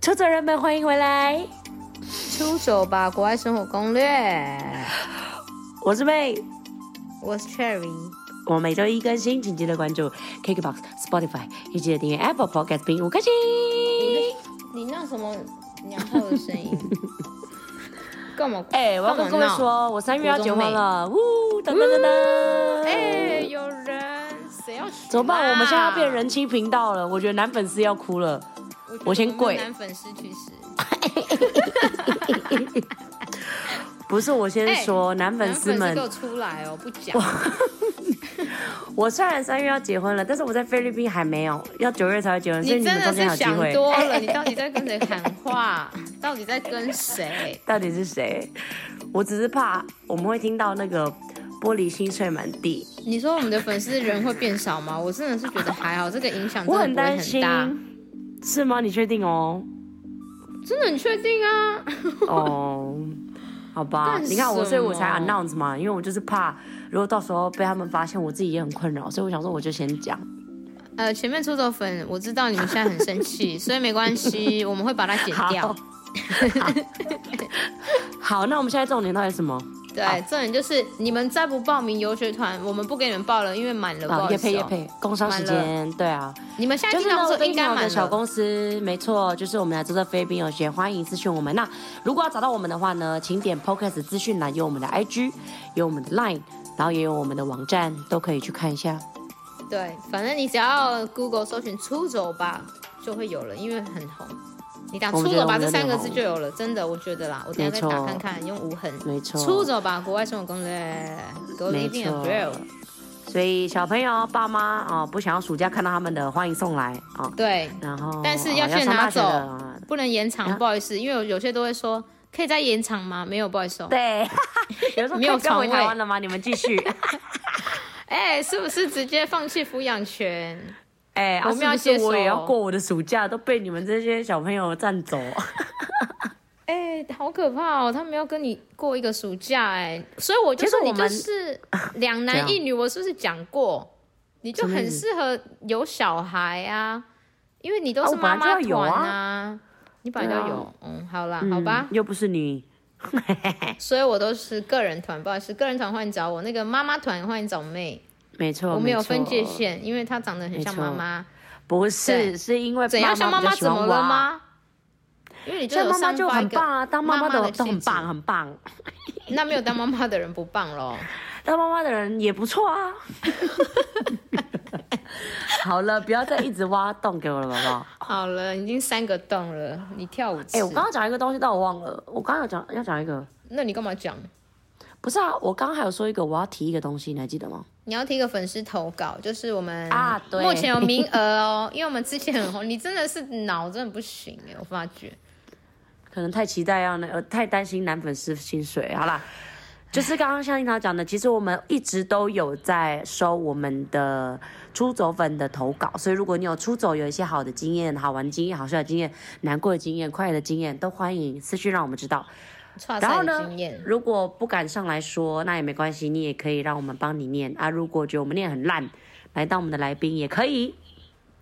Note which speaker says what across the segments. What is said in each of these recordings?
Speaker 1: 邱责人们，欢迎回来，
Speaker 2: 出走吧，国外生活攻略。
Speaker 1: 我是妹。
Speaker 2: 我是 Cherry，
Speaker 1: 我们每周一更新，请记得关注 KKBOX、Spotify，也记得订阅 Apple Podcast 并五颗星。
Speaker 2: 你那什么鸟叫的声 音？干嘛？
Speaker 1: 哎、我要跟各位
Speaker 2: 干嘛
Speaker 1: 说，我三月要
Speaker 2: 国
Speaker 1: 结
Speaker 2: 中
Speaker 1: 婚
Speaker 2: 妹
Speaker 1: 了，呜，噔噔噔噔，
Speaker 2: 闹，哎、有人，谁要去？啊
Speaker 1: 怎么办？我们现在要变，人妻频道了，我觉得男粉丝要哭了。
Speaker 2: 我觉得
Speaker 1: 我先
Speaker 2: 们
Speaker 1: 跪
Speaker 2: 男粉丝去死，
Speaker 1: 不是，我先
Speaker 2: 哎
Speaker 1: 说，男粉丝
Speaker 2: 男
Speaker 1: 们
Speaker 2: 给，我出来哦，不讲。
Speaker 1: 我虽然三月要结婚了，但是我在菲律宾还没有，要九月才会结婚，
Speaker 2: 你
Speaker 1: 所以
Speaker 2: 真
Speaker 1: 你们
Speaker 2: 的
Speaker 1: 中间还
Speaker 2: 是
Speaker 1: 有机
Speaker 2: 想
Speaker 1: 会。
Speaker 2: 多了，你到底在跟谁喊 话？到底在跟谁？
Speaker 1: 到底是谁？我只是怕我们会听到那个玻璃心碎满地，
Speaker 2: 你说我们的粉丝人会变少吗？我真的是觉得还好，这个影响真
Speaker 1: 我
Speaker 2: 的
Speaker 1: 很
Speaker 2: 不会
Speaker 1: 担
Speaker 2: 很
Speaker 1: 心
Speaker 2: 大。。
Speaker 1: 是吗？你确定 哦？
Speaker 2: 真的，你确定啊？
Speaker 1: 哦，好吧，
Speaker 2: 干
Speaker 1: 你看我，
Speaker 2: 什
Speaker 1: 所以我才
Speaker 2: 么
Speaker 1: announce 嘛，因为我就是怕，如果到时候被他们发现，我自己也很困扰，所以我想说我就先讲。
Speaker 2: 呃，前面出走粉，我知道你们现在很生 气，所以没关系，我们会把它剪 掉。
Speaker 1: 好，那我们现在重点到底是什么？
Speaker 2: 对，重点就是你们再不报名游学团，我们不给你们报了，因为满了，不
Speaker 1: 啊，
Speaker 2: 好意
Speaker 1: 叶
Speaker 2: 思、
Speaker 1: 配叶
Speaker 2: 哦。
Speaker 1: 配，工商时间，对啊，
Speaker 2: 你们现在
Speaker 1: 就是
Speaker 2: 听
Speaker 1: 呢
Speaker 2: 到
Speaker 1: 我
Speaker 2: 说
Speaker 1: 飞
Speaker 2: 应该满
Speaker 1: 的小
Speaker 2: 了，
Speaker 1: 公司，没错，就是我们来做这飞兵游学，欢迎私讯我们。那如果要找到我们的话呢，请点 Podcast 资讯栏有我们的 IG，有我们的 Line，然后也有我们的网站，都可以去看一下。
Speaker 2: 对，反正你只要 Google 搜寻“出走吧”就会有了，因为很红。你打“
Speaker 1: 我
Speaker 2: 出
Speaker 1: 们觉得
Speaker 2: 走吧
Speaker 1: 我”们
Speaker 2: 这
Speaker 1: 有点
Speaker 2: 三个字
Speaker 1: 红
Speaker 2: 就有了，真的，我觉得啦，我等一下再
Speaker 1: 没
Speaker 2: 打
Speaker 1: 错
Speaker 2: 看看，用无痕。
Speaker 1: 没错，
Speaker 2: 出走吧，国外生活攻略，Go
Speaker 1: 没
Speaker 2: living a
Speaker 1: 错
Speaker 2: girl。
Speaker 1: 所以小朋友、爸妈啊、不想要暑假看到他们的，欢迎送来啊、
Speaker 2: 对，
Speaker 1: 然后，
Speaker 2: 但是
Speaker 1: 哦要
Speaker 2: 要先
Speaker 1: 上
Speaker 2: 拿
Speaker 1: 大学
Speaker 2: 走
Speaker 1: 了啊
Speaker 2: 不能延长，不好意思，因为有有些都会说可以再延长吗？没有，不好意思哦。
Speaker 1: 对， 有人说
Speaker 2: 没有
Speaker 1: 可以跟回
Speaker 2: 床位
Speaker 1: 台湾了吗？你们继 续。
Speaker 2: 哎、是不是直接放弃抚养权？
Speaker 1: 哎、啊
Speaker 2: 我们
Speaker 1: 是
Speaker 2: 要
Speaker 1: 不是
Speaker 2: 接
Speaker 1: 我也
Speaker 2: 受
Speaker 1: 要过我的暑假，都被你们这些小朋友占走。
Speaker 2: 哎、好可怕哦！他们要跟你过一个暑假哎、所以我就
Speaker 1: 其实
Speaker 2: 说
Speaker 1: 我
Speaker 2: 你
Speaker 1: 们
Speaker 2: 就是两
Speaker 1: 怎
Speaker 2: 男
Speaker 1: 样
Speaker 2: 一女，我是不是讲 过？你就
Speaker 1: 什么意
Speaker 2: 很
Speaker 1: 思
Speaker 2: 适合有小孩啊，因为你都
Speaker 1: 啊
Speaker 2: 是
Speaker 1: 我本来就
Speaker 2: 妈妈
Speaker 1: 要有
Speaker 2: 团
Speaker 1: 啊
Speaker 2: 啊，你本来
Speaker 1: 对
Speaker 2: 就
Speaker 1: 啊
Speaker 2: 有，嗯，好啦，好吧
Speaker 1: 嗯，又不是你。
Speaker 2: 所以我都是个人团，不好意思，个人团欢迎找我，那个妈妈团欢迎找妹，
Speaker 1: 哦没错，
Speaker 2: 我们有分
Speaker 1: 错
Speaker 2: 界，限，因为她长得很像
Speaker 1: 没错
Speaker 2: 妈妈。
Speaker 1: 不
Speaker 2: 对
Speaker 1: 是是因为
Speaker 2: 怎样像妈
Speaker 1: 比较
Speaker 2: 妈
Speaker 1: 喜
Speaker 2: 怎
Speaker 1: 欢
Speaker 2: 么了
Speaker 1: 娃？
Speaker 2: 吗？因为你就
Speaker 1: 像
Speaker 2: 有
Speaker 1: 妈妈就
Speaker 2: 散发一
Speaker 1: 很
Speaker 2: 个
Speaker 1: 棒啊，当妈
Speaker 2: 妈
Speaker 1: 的
Speaker 2: 的
Speaker 1: 都很
Speaker 2: 气质
Speaker 1: 棒，，啊很棒。
Speaker 2: 那没有当妈妈的人不棒咯。
Speaker 1: 当妈妈的人也不错 啊。好了，不要再一直挖洞给我了，好不 好？
Speaker 2: 好了，已经三个洞了，你跳舞
Speaker 1: 哎、
Speaker 2: 次，
Speaker 1: 我刚刚讲一个东西，但我忘了。我刚刚有讲要讲一个，
Speaker 2: 那你干嘛讲？
Speaker 1: 不是啊，我刚刚还有说一个，我要提一个东西，你还记得吗？
Speaker 2: 你要提一个粉丝投稿，就是我们
Speaker 1: 啊对
Speaker 2: 目前有名额哦，因为我们之前很红，你真的是脑真的不行哎，我发觉。
Speaker 1: 可能太期待要那呃太担心男粉丝薪水。好啦，就是刚刚像樱桃讲的，其实我们一直都有在收我们的出走粉的投稿，所以如果你有出走有一些好的经验、好玩的经验、好笑的经验、难过的经验、快乐的经验，都欢迎私讯让我们知道。
Speaker 2: 差
Speaker 1: 然后
Speaker 2: 赛
Speaker 1: 呢
Speaker 2: 的经验，
Speaker 1: 如果不敢上来说，那也没关系，你也可以让我们帮你念啊。如果觉得我们念很烂，来当我们的来宾也可以。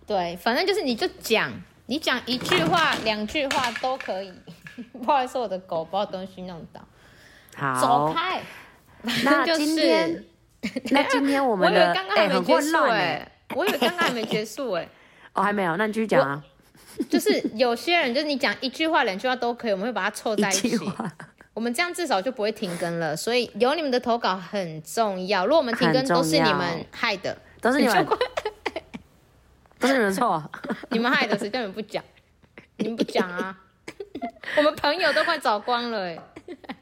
Speaker 2: 对，反正就是你就讲，你讲一句话、两句话都可以。 不好意思，我的狗把我东西弄倒，走
Speaker 1: 好，
Speaker 2: 开。
Speaker 1: 那
Speaker 2: 就是
Speaker 1: 今天，那今天我
Speaker 2: 我
Speaker 1: 们
Speaker 2: 以
Speaker 1: 的
Speaker 2: 为刚刚还
Speaker 1: 哎
Speaker 2: 没
Speaker 1: 很
Speaker 2: 结
Speaker 1: 混
Speaker 2: 束
Speaker 1: 乱哎、
Speaker 2: 哎、我以为刚刚还没结束 哎、
Speaker 1: 哦还没有，那你继续讲啊。
Speaker 2: 就是有些人就是你讲一句话两句话都可以，我们会把它凑 在一起。我们这样至少就不会停更了，所以有你们的投稿很重要。如果我们停更
Speaker 1: 很重要
Speaker 2: 都是你们害 的，
Speaker 1: 都是你
Speaker 2: 就
Speaker 1: 们，都是你们的错。
Speaker 2: 你们害的，谁叫你们不讲？你们不讲啊？ 我们朋友都快找光了、欸，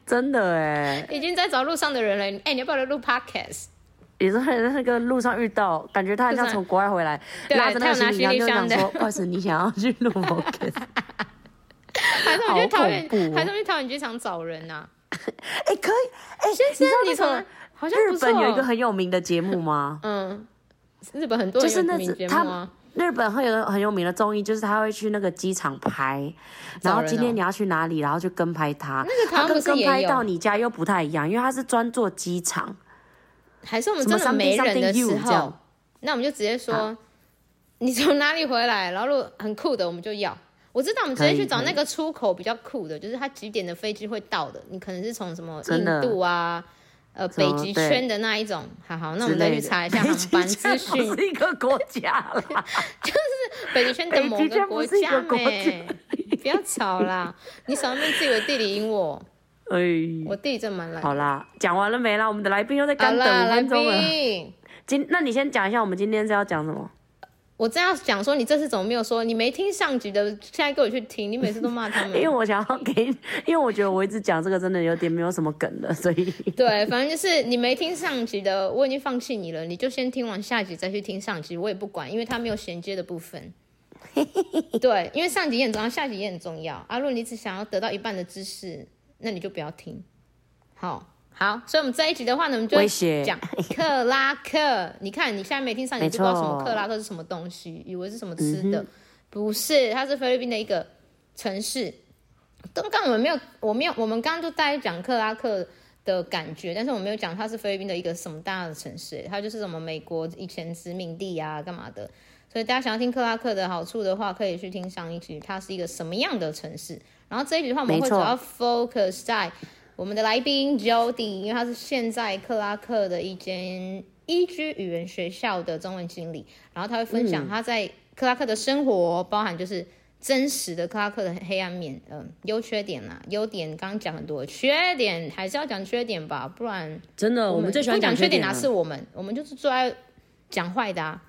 Speaker 1: 真的哎，
Speaker 2: 已经在找路上的人了、哎、你要不要来录 podcast？
Speaker 1: 也是在那个路上遇到，感觉他很像从国外回来，
Speaker 2: 对
Speaker 1: 拉着那个行李箱，就
Speaker 2: 他有拿行
Speaker 1: 想
Speaker 2: 李箱的
Speaker 1: 说，不好意思，你想要去录 p o d 哦
Speaker 2: 还是我们去桃
Speaker 1: 好恐
Speaker 2: 园，
Speaker 1: 怖哦
Speaker 2: 还是我们去桃园机场找人呐、
Speaker 1: 哎，可以，哎，
Speaker 2: 先生
Speaker 1: 你
Speaker 2: 你
Speaker 1: 知道那
Speaker 2: 从来
Speaker 1: 个
Speaker 2: 好像不
Speaker 1: 日
Speaker 2: 错哦
Speaker 1: 本有一个很有名的节目吗？
Speaker 2: 嗯，日本很多
Speaker 1: 就
Speaker 2: 人
Speaker 1: 是
Speaker 2: 有
Speaker 1: 那
Speaker 2: 名
Speaker 1: 只
Speaker 2: 节目
Speaker 1: 他
Speaker 2: 啊，。
Speaker 1: 日本会有一个很有名的综艺，就是他会去那个机场拍，然后今天你要去哪里，然后就跟拍他。
Speaker 2: 哦那个台
Speaker 1: 他
Speaker 2: 湾
Speaker 1: 跟
Speaker 2: 不是
Speaker 1: 跟拍
Speaker 2: 也
Speaker 1: 到
Speaker 2: 有？
Speaker 1: 你家又不太一样，因为他是专做机场。
Speaker 2: 还是我们
Speaker 1: 什么
Speaker 2: 哦真的没
Speaker 1: something
Speaker 2: 人的
Speaker 1: something you
Speaker 2: 时
Speaker 1: 这
Speaker 2: 候
Speaker 1: 样，
Speaker 2: 那我们就直接说你从哪里回来，然后如果很酷的我们就要，我知道我们直接
Speaker 1: 可以
Speaker 2: 去找
Speaker 1: 可以
Speaker 2: 那个出口比较酷的，就是它几点的飞机会到的，你可能是从什么
Speaker 1: 真
Speaker 2: 印
Speaker 1: 的
Speaker 2: 度啊。呃，
Speaker 1: 什
Speaker 2: 北
Speaker 1: 么
Speaker 2: 极
Speaker 1: 对
Speaker 2: 圈的那一种，好好，那我
Speaker 1: 之
Speaker 2: 们再
Speaker 1: 类
Speaker 2: 去
Speaker 1: 的
Speaker 2: 查一 下航班资
Speaker 1: 北极
Speaker 2: 讯
Speaker 1: 圈不。是一个国家啦，
Speaker 2: 北极圈的某
Speaker 1: 北极
Speaker 2: 个
Speaker 1: 圈
Speaker 2: 国
Speaker 1: 不是一
Speaker 2: 家
Speaker 1: 个国家
Speaker 2: 没，不要吵啦！你少在那边自以为地理赢我，我
Speaker 1: 哎，
Speaker 2: 地理真的蛮烂。
Speaker 1: 好啦，讲完了没啦？我们的来宾又在
Speaker 2: 好
Speaker 1: 干等
Speaker 2: 啦，
Speaker 1: 五
Speaker 2: 来
Speaker 1: 分钟了。
Speaker 2: 宾，
Speaker 1: 今，那你先讲一下我们今天是要讲什么？
Speaker 2: 我这样讲说，你这次怎么没有说？你没听上集的，现在给我去听，你每次都骂他
Speaker 1: 因为
Speaker 2: 们。
Speaker 1: 我想要给，因为我觉得我一直讲这个真的有点没有什么梗了，所以
Speaker 2: 对，反正就是你没听上集的，我已经放弃你了，你就先听完下集再去听上集，我也不管，因为它没有衔接的 部分。对，因为上集也很重要，下集也很重要。啊，如果你只想要得到一半的知识，那你就不要听。好，好，所以我们这一集的话呢，我们就
Speaker 1: 威胁
Speaker 2: 讲克拉克。你看，你现在没听上集，
Speaker 1: 没
Speaker 2: 就不知道什么
Speaker 1: 错嗯
Speaker 2: 克拉克是什么东西，以为是什么吃的，不是，它是菲律宾的一个城市。刚刚我们没有，我没有，我们刚刚就大概讲克拉克的感觉，但是我没有讲它是菲律宾的一个什么大的城市，欸它就是什么美国以前殖民地啊，干嘛的。所以大家想要听克拉克的好处的话，可以去听上一集，它是一个什么样的城市。然后这一集的话，我们会
Speaker 1: 没
Speaker 2: 主
Speaker 1: 错
Speaker 2: 要 focus 在我们的来宾 Jody，因为他是现在克拉克的一间一居语言学校的中文经理，然后他会分
Speaker 1: 嗯
Speaker 2: 享他在克拉克的生活，包含就是真实的克拉克的黑暗面，嗯、优缺点啦，优点刚刚讲很多，缺点还是要讲缺点吧，不然
Speaker 1: 真的
Speaker 2: 不讲缺啊，
Speaker 1: 了
Speaker 2: 是我们，我们就是最爱讲坏的啊，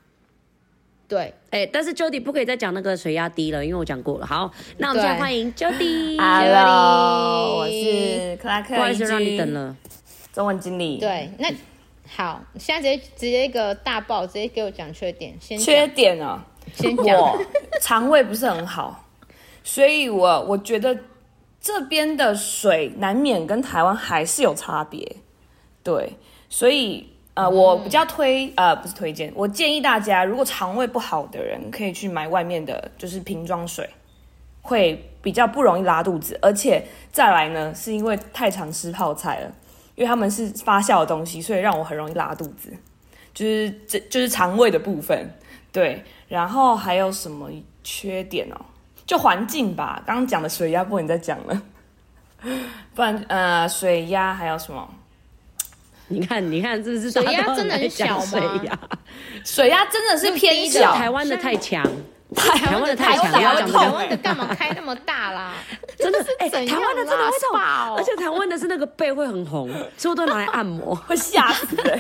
Speaker 2: 对，
Speaker 1: 哎、但是 Jody 不可以再讲那个水压低了，因为我讲过了。好，那我们
Speaker 2: 对
Speaker 1: 现在欢迎 Jody。
Speaker 2: Hello，
Speaker 3: Hello，我是克拉克，
Speaker 1: 不好意思，让你等。了。
Speaker 3: 中文经
Speaker 1: 嗯
Speaker 3: 理，，
Speaker 2: 对，那好，现在直接直接一个大爆，直接给我讲缺点，先讲
Speaker 3: 缺点哦，
Speaker 2: 先讲
Speaker 3: 我肠胃不是很好，所以我我觉得这边的水难免跟台湾还是有差别，对，所以呃，
Speaker 2: 嗯
Speaker 3: 我比较推呃不是推荐，我建议大家如果肠胃不好的人可以去买外面的，就是瓶装水，会比较不容易拉肚子，而且再来呢，是因为太常吃泡菜了，因为他们是发酵的东西，所以让我很容易拉肚子，就是这就是肠胃的部分，对，然后还有什么缺点哦？就环境吧，刚刚讲的水压不能再讲了，不然呃，水压还有什么？
Speaker 1: 你看，你看，是不是大家
Speaker 2: 水压
Speaker 1: 都
Speaker 2: 真的很
Speaker 1: 在讲
Speaker 2: 小吗
Speaker 1: 水压
Speaker 3: 水压真的是偏小，
Speaker 1: 台湾的太强，台湾的太
Speaker 3: 台
Speaker 1: 强，不
Speaker 3: 湾
Speaker 1: 要
Speaker 3: 台
Speaker 1: 讲这
Speaker 3: 湾的
Speaker 2: 台
Speaker 1: 个，
Speaker 2: 湾的干嘛开那么大啦？
Speaker 1: 真的
Speaker 2: 是，
Speaker 1: 哎、
Speaker 2: 怎
Speaker 1: 台
Speaker 2: 样
Speaker 1: 湾的真的会
Speaker 2: 啦
Speaker 1: 痛，
Speaker 2: SPA 哦
Speaker 1: 而且台湾的是那个背会很红，所以我都拿来按 摩，
Speaker 3: 会吓死人、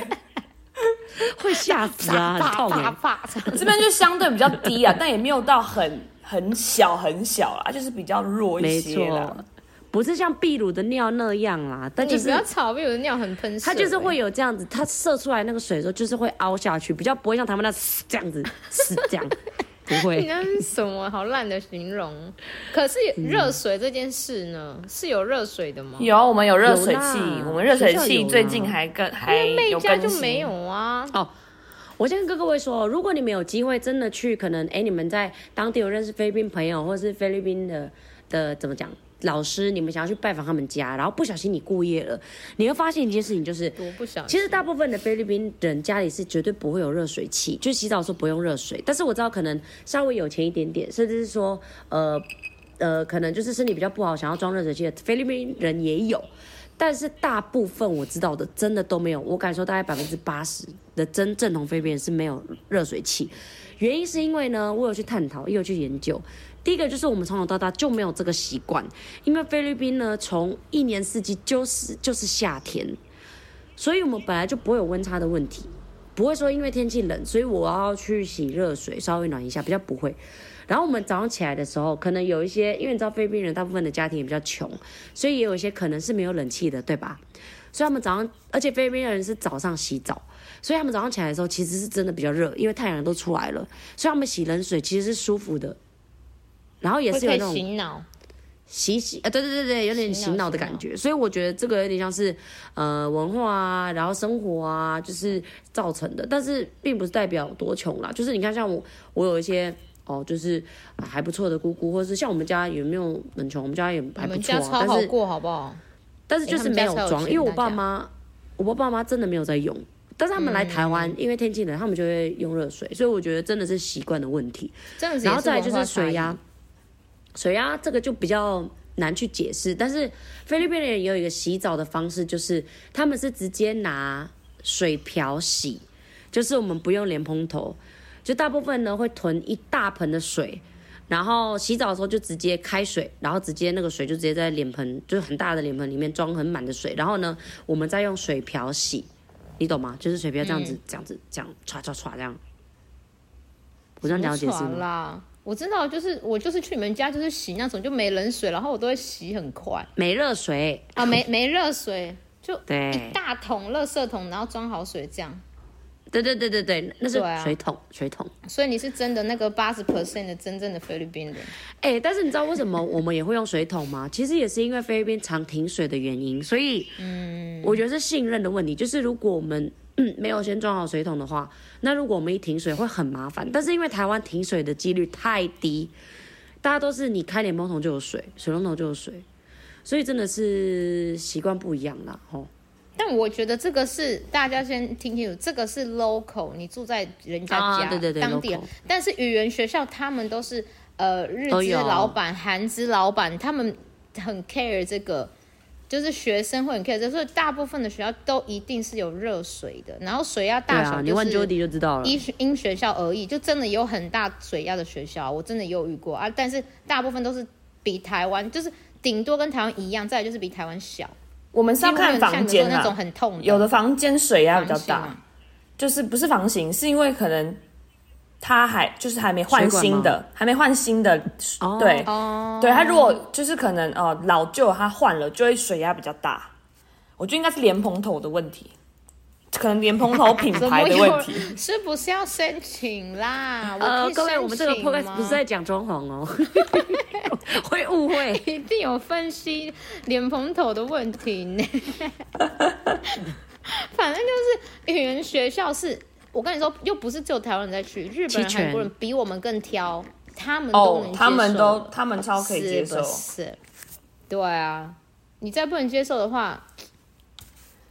Speaker 1: 会吓死啊，很
Speaker 2: 啪
Speaker 1: 痛哎、
Speaker 2: 啪啪啪，
Speaker 3: 这边就相对比较低啊，但也没有到很很小很小啦，就是比较弱一
Speaker 1: 没
Speaker 3: 些啦
Speaker 1: 错。，不是像秘鲁的尿那样啦，但就
Speaker 2: 你不
Speaker 1: 是
Speaker 2: 要欸吵，因为我的尿很喷射。
Speaker 1: 它就是会有这样子，它射出来那个水的时候就是会凹下去，比较不会像他们那嘶这样子是这样，不
Speaker 2: 欸。
Speaker 1: 会。
Speaker 2: 你那是什么好烂的形容？可是热水这件事呢，是有热水的吗？
Speaker 3: 有，我们有热水器
Speaker 1: 有啦，
Speaker 3: 我们热水
Speaker 1: 学校有
Speaker 3: 器
Speaker 1: 啦
Speaker 3: 最近还更还
Speaker 2: 妹
Speaker 3: 有
Speaker 2: 家
Speaker 3: 更
Speaker 2: 就
Speaker 3: 新
Speaker 2: 没有啊。
Speaker 1: 我先跟各位说，如果你们有机会真的去，可能哎、诶你们在当地有认识菲律宾朋友，或者是菲律宾的的怎么讲老师，你们想要去拜访他们家，然后不小心你过夜了，你会发现一件事情，就是
Speaker 2: 我不想，
Speaker 1: 其实大部分的菲律宾人家里是绝对不会有热水器，就洗澡的时候不用热水。但是我知道可能稍微有钱一点点，甚至是说呃呃，可能就是身体比较不好，想要装热水器的菲律宾人也有。但是大部分我知道的真的都没有，我敢说大概百分之八十的真正统菲律宾人是没有热水器。原因是因为呢，我有去探讨，也有去研究。第一个就是我们从小到大就没有这个习惯，因为菲律宾呢，从一年四季就是就是夏天，所以我们本来就不会有温差的问题，不会说因为天气冷，所以我要去洗热水稍微暖一下，比较不会。然后我们早上起来的时候，可能有一些，因为你知道菲律宾人大部分的家庭也比较穷，所以也有一些可能是没有冷气的，对吧？所以他们早上，而且菲律宾人是早上洗澡，所以他们早上起来的时候其实是真的比较热，因为太阳都出来了，所以他们洗冷水其实是舒服的。然后也
Speaker 2: 会
Speaker 1: 是
Speaker 2: 可
Speaker 1: 有那
Speaker 2: 以
Speaker 1: 种
Speaker 2: 洗脑。
Speaker 1: 洗洗啊，对对对对，有点
Speaker 2: 洗脑
Speaker 1: 洗脑的
Speaker 2: 洗脑
Speaker 1: 感觉，所以我觉得这个有点像是呃文化啊，然后生活啊，就是造成的，但是并不是代表多穷啦，就是你看像我，我有一些哦，就是、啊还不错的姑姑，或者是像我们家也没有很穷，我们家也
Speaker 2: 你
Speaker 1: 还不
Speaker 2: 们
Speaker 1: 错
Speaker 2: 家
Speaker 1: 啊
Speaker 2: 超，
Speaker 1: 但
Speaker 2: 好
Speaker 1: 是
Speaker 2: 过好不好？
Speaker 1: 但是就是没有
Speaker 2: 欸他们家超有
Speaker 1: 装，
Speaker 2: 钱
Speaker 1: 因为我
Speaker 2: 大
Speaker 1: 爸
Speaker 2: 家
Speaker 1: 妈，我爸爸妈真的没有在用。但是他们来台湾，
Speaker 2: 嗯
Speaker 1: 因为天气冷，他们就会用热水，所以我觉得真的是习惯的问题。
Speaker 2: 这样子也
Speaker 1: 然后再来就
Speaker 2: 文化
Speaker 1: 是水
Speaker 2: 差异
Speaker 1: 压，所以啊，这个就比较难去解释。但是菲律宾人也有一个洗澡的方式，就是他们是直接拿水瓢洗，就是我们不用莲蓬头，就大部分呢会囤一大盆的水。然后洗澡的时候就直接开水，然后直接那个水就直接在脸盆，就是很大的脸盆里面装很满的水，然后呢，我们再用水瓢洗，你懂吗？就是水瓢这样子、
Speaker 2: 嗯
Speaker 1: 这样子、这样唰唰唰这样。我这样讲有解释
Speaker 2: 耍
Speaker 1: 吗？
Speaker 2: 啊啦，我知道，就是我就是去你们家就是洗那种就没冷水，然后我都会洗很快
Speaker 1: 没热水，
Speaker 2: 啊，没没 热水，就
Speaker 1: 对
Speaker 2: 一大桶垃圾桶，然后装好水这样。
Speaker 1: 对对对对对，那是
Speaker 2: 对啊
Speaker 1: 水桶、水桶。
Speaker 2: 所以你是真的那个八十 percent 的真正的菲律宾人，
Speaker 1: 哎、但是你知道为什 么我们也会用水桶吗？其实也是因为菲律宾常停水的原因，所以，嗯，我觉得是信任的问题。就是如果我们、嗯、没有先装好水桶的话，那如果我们一停水会很麻烦。但是因为台湾停水的几率太低，大家都是你开连蓬桶就有水，水龙头就有水，所以真的是习惯不一样啦。哦，
Speaker 2: 但我觉得这个是大家先听清楚，这个是 local，你住在人家
Speaker 1: 啊
Speaker 2: 家，
Speaker 1: 对对对
Speaker 2: 当地人
Speaker 1: local。
Speaker 2: 但是语言学校他们都是呃日
Speaker 1: 都
Speaker 2: 资
Speaker 1: 有
Speaker 2: 老板、韩资老板，他们很 care 这个，就是学生会很 care，这个所以大部分的学校都一定是有热水的，然后水压
Speaker 1: 对
Speaker 2: 大
Speaker 1: 啊
Speaker 2: 小，
Speaker 1: 你问
Speaker 2: 就是
Speaker 1: Jody 就知道了。
Speaker 2: 因学因学校而异，就真的有很大水压的学校，我真的也有遇过啊。但是大部分都是比台湾，就是顶多跟台湾一样，再来就是比台湾小。
Speaker 3: 我们是要看
Speaker 2: 因为我没有
Speaker 3: 房
Speaker 2: 像你说
Speaker 3: 间
Speaker 2: 那种
Speaker 3: 啊，
Speaker 2: 很痛的，
Speaker 3: 有的房间水压比较
Speaker 2: 房型
Speaker 3: 大
Speaker 2: 嘛，
Speaker 3: 就是不是房型，是因为可能它还就是还没换
Speaker 1: 水管
Speaker 3: 新的，还没换新的，对
Speaker 2: 哦，
Speaker 3: 对，它如果就是可能哦、呃老旧它换了，就会水压比较大。我觉得应该是莲蓬头的问题，可能莲蓬 头品
Speaker 2: 怎
Speaker 3: 牌
Speaker 2: 么
Speaker 3: 的
Speaker 2: 有
Speaker 3: 问题。
Speaker 2: 是不是要申请啦？
Speaker 1: 呃
Speaker 2: 可，以
Speaker 1: 各位，
Speaker 2: 申
Speaker 1: 我们这个
Speaker 2: 请
Speaker 1: podcast
Speaker 2: 吗
Speaker 1: 不是在讲装潢哦， 会误会。
Speaker 2: 一定有分析脸蓬头的问题呢。 反正就是语言学校是，我跟你说，又不是只有台湾人在去，日本人、
Speaker 1: 齐全
Speaker 2: 韩国人比我们更挑，他们都
Speaker 3: 哦
Speaker 2: 能接受，
Speaker 3: 他们都他们超可以接
Speaker 2: 是
Speaker 3: 受
Speaker 2: 不。是？对啊，你再不能接受的话，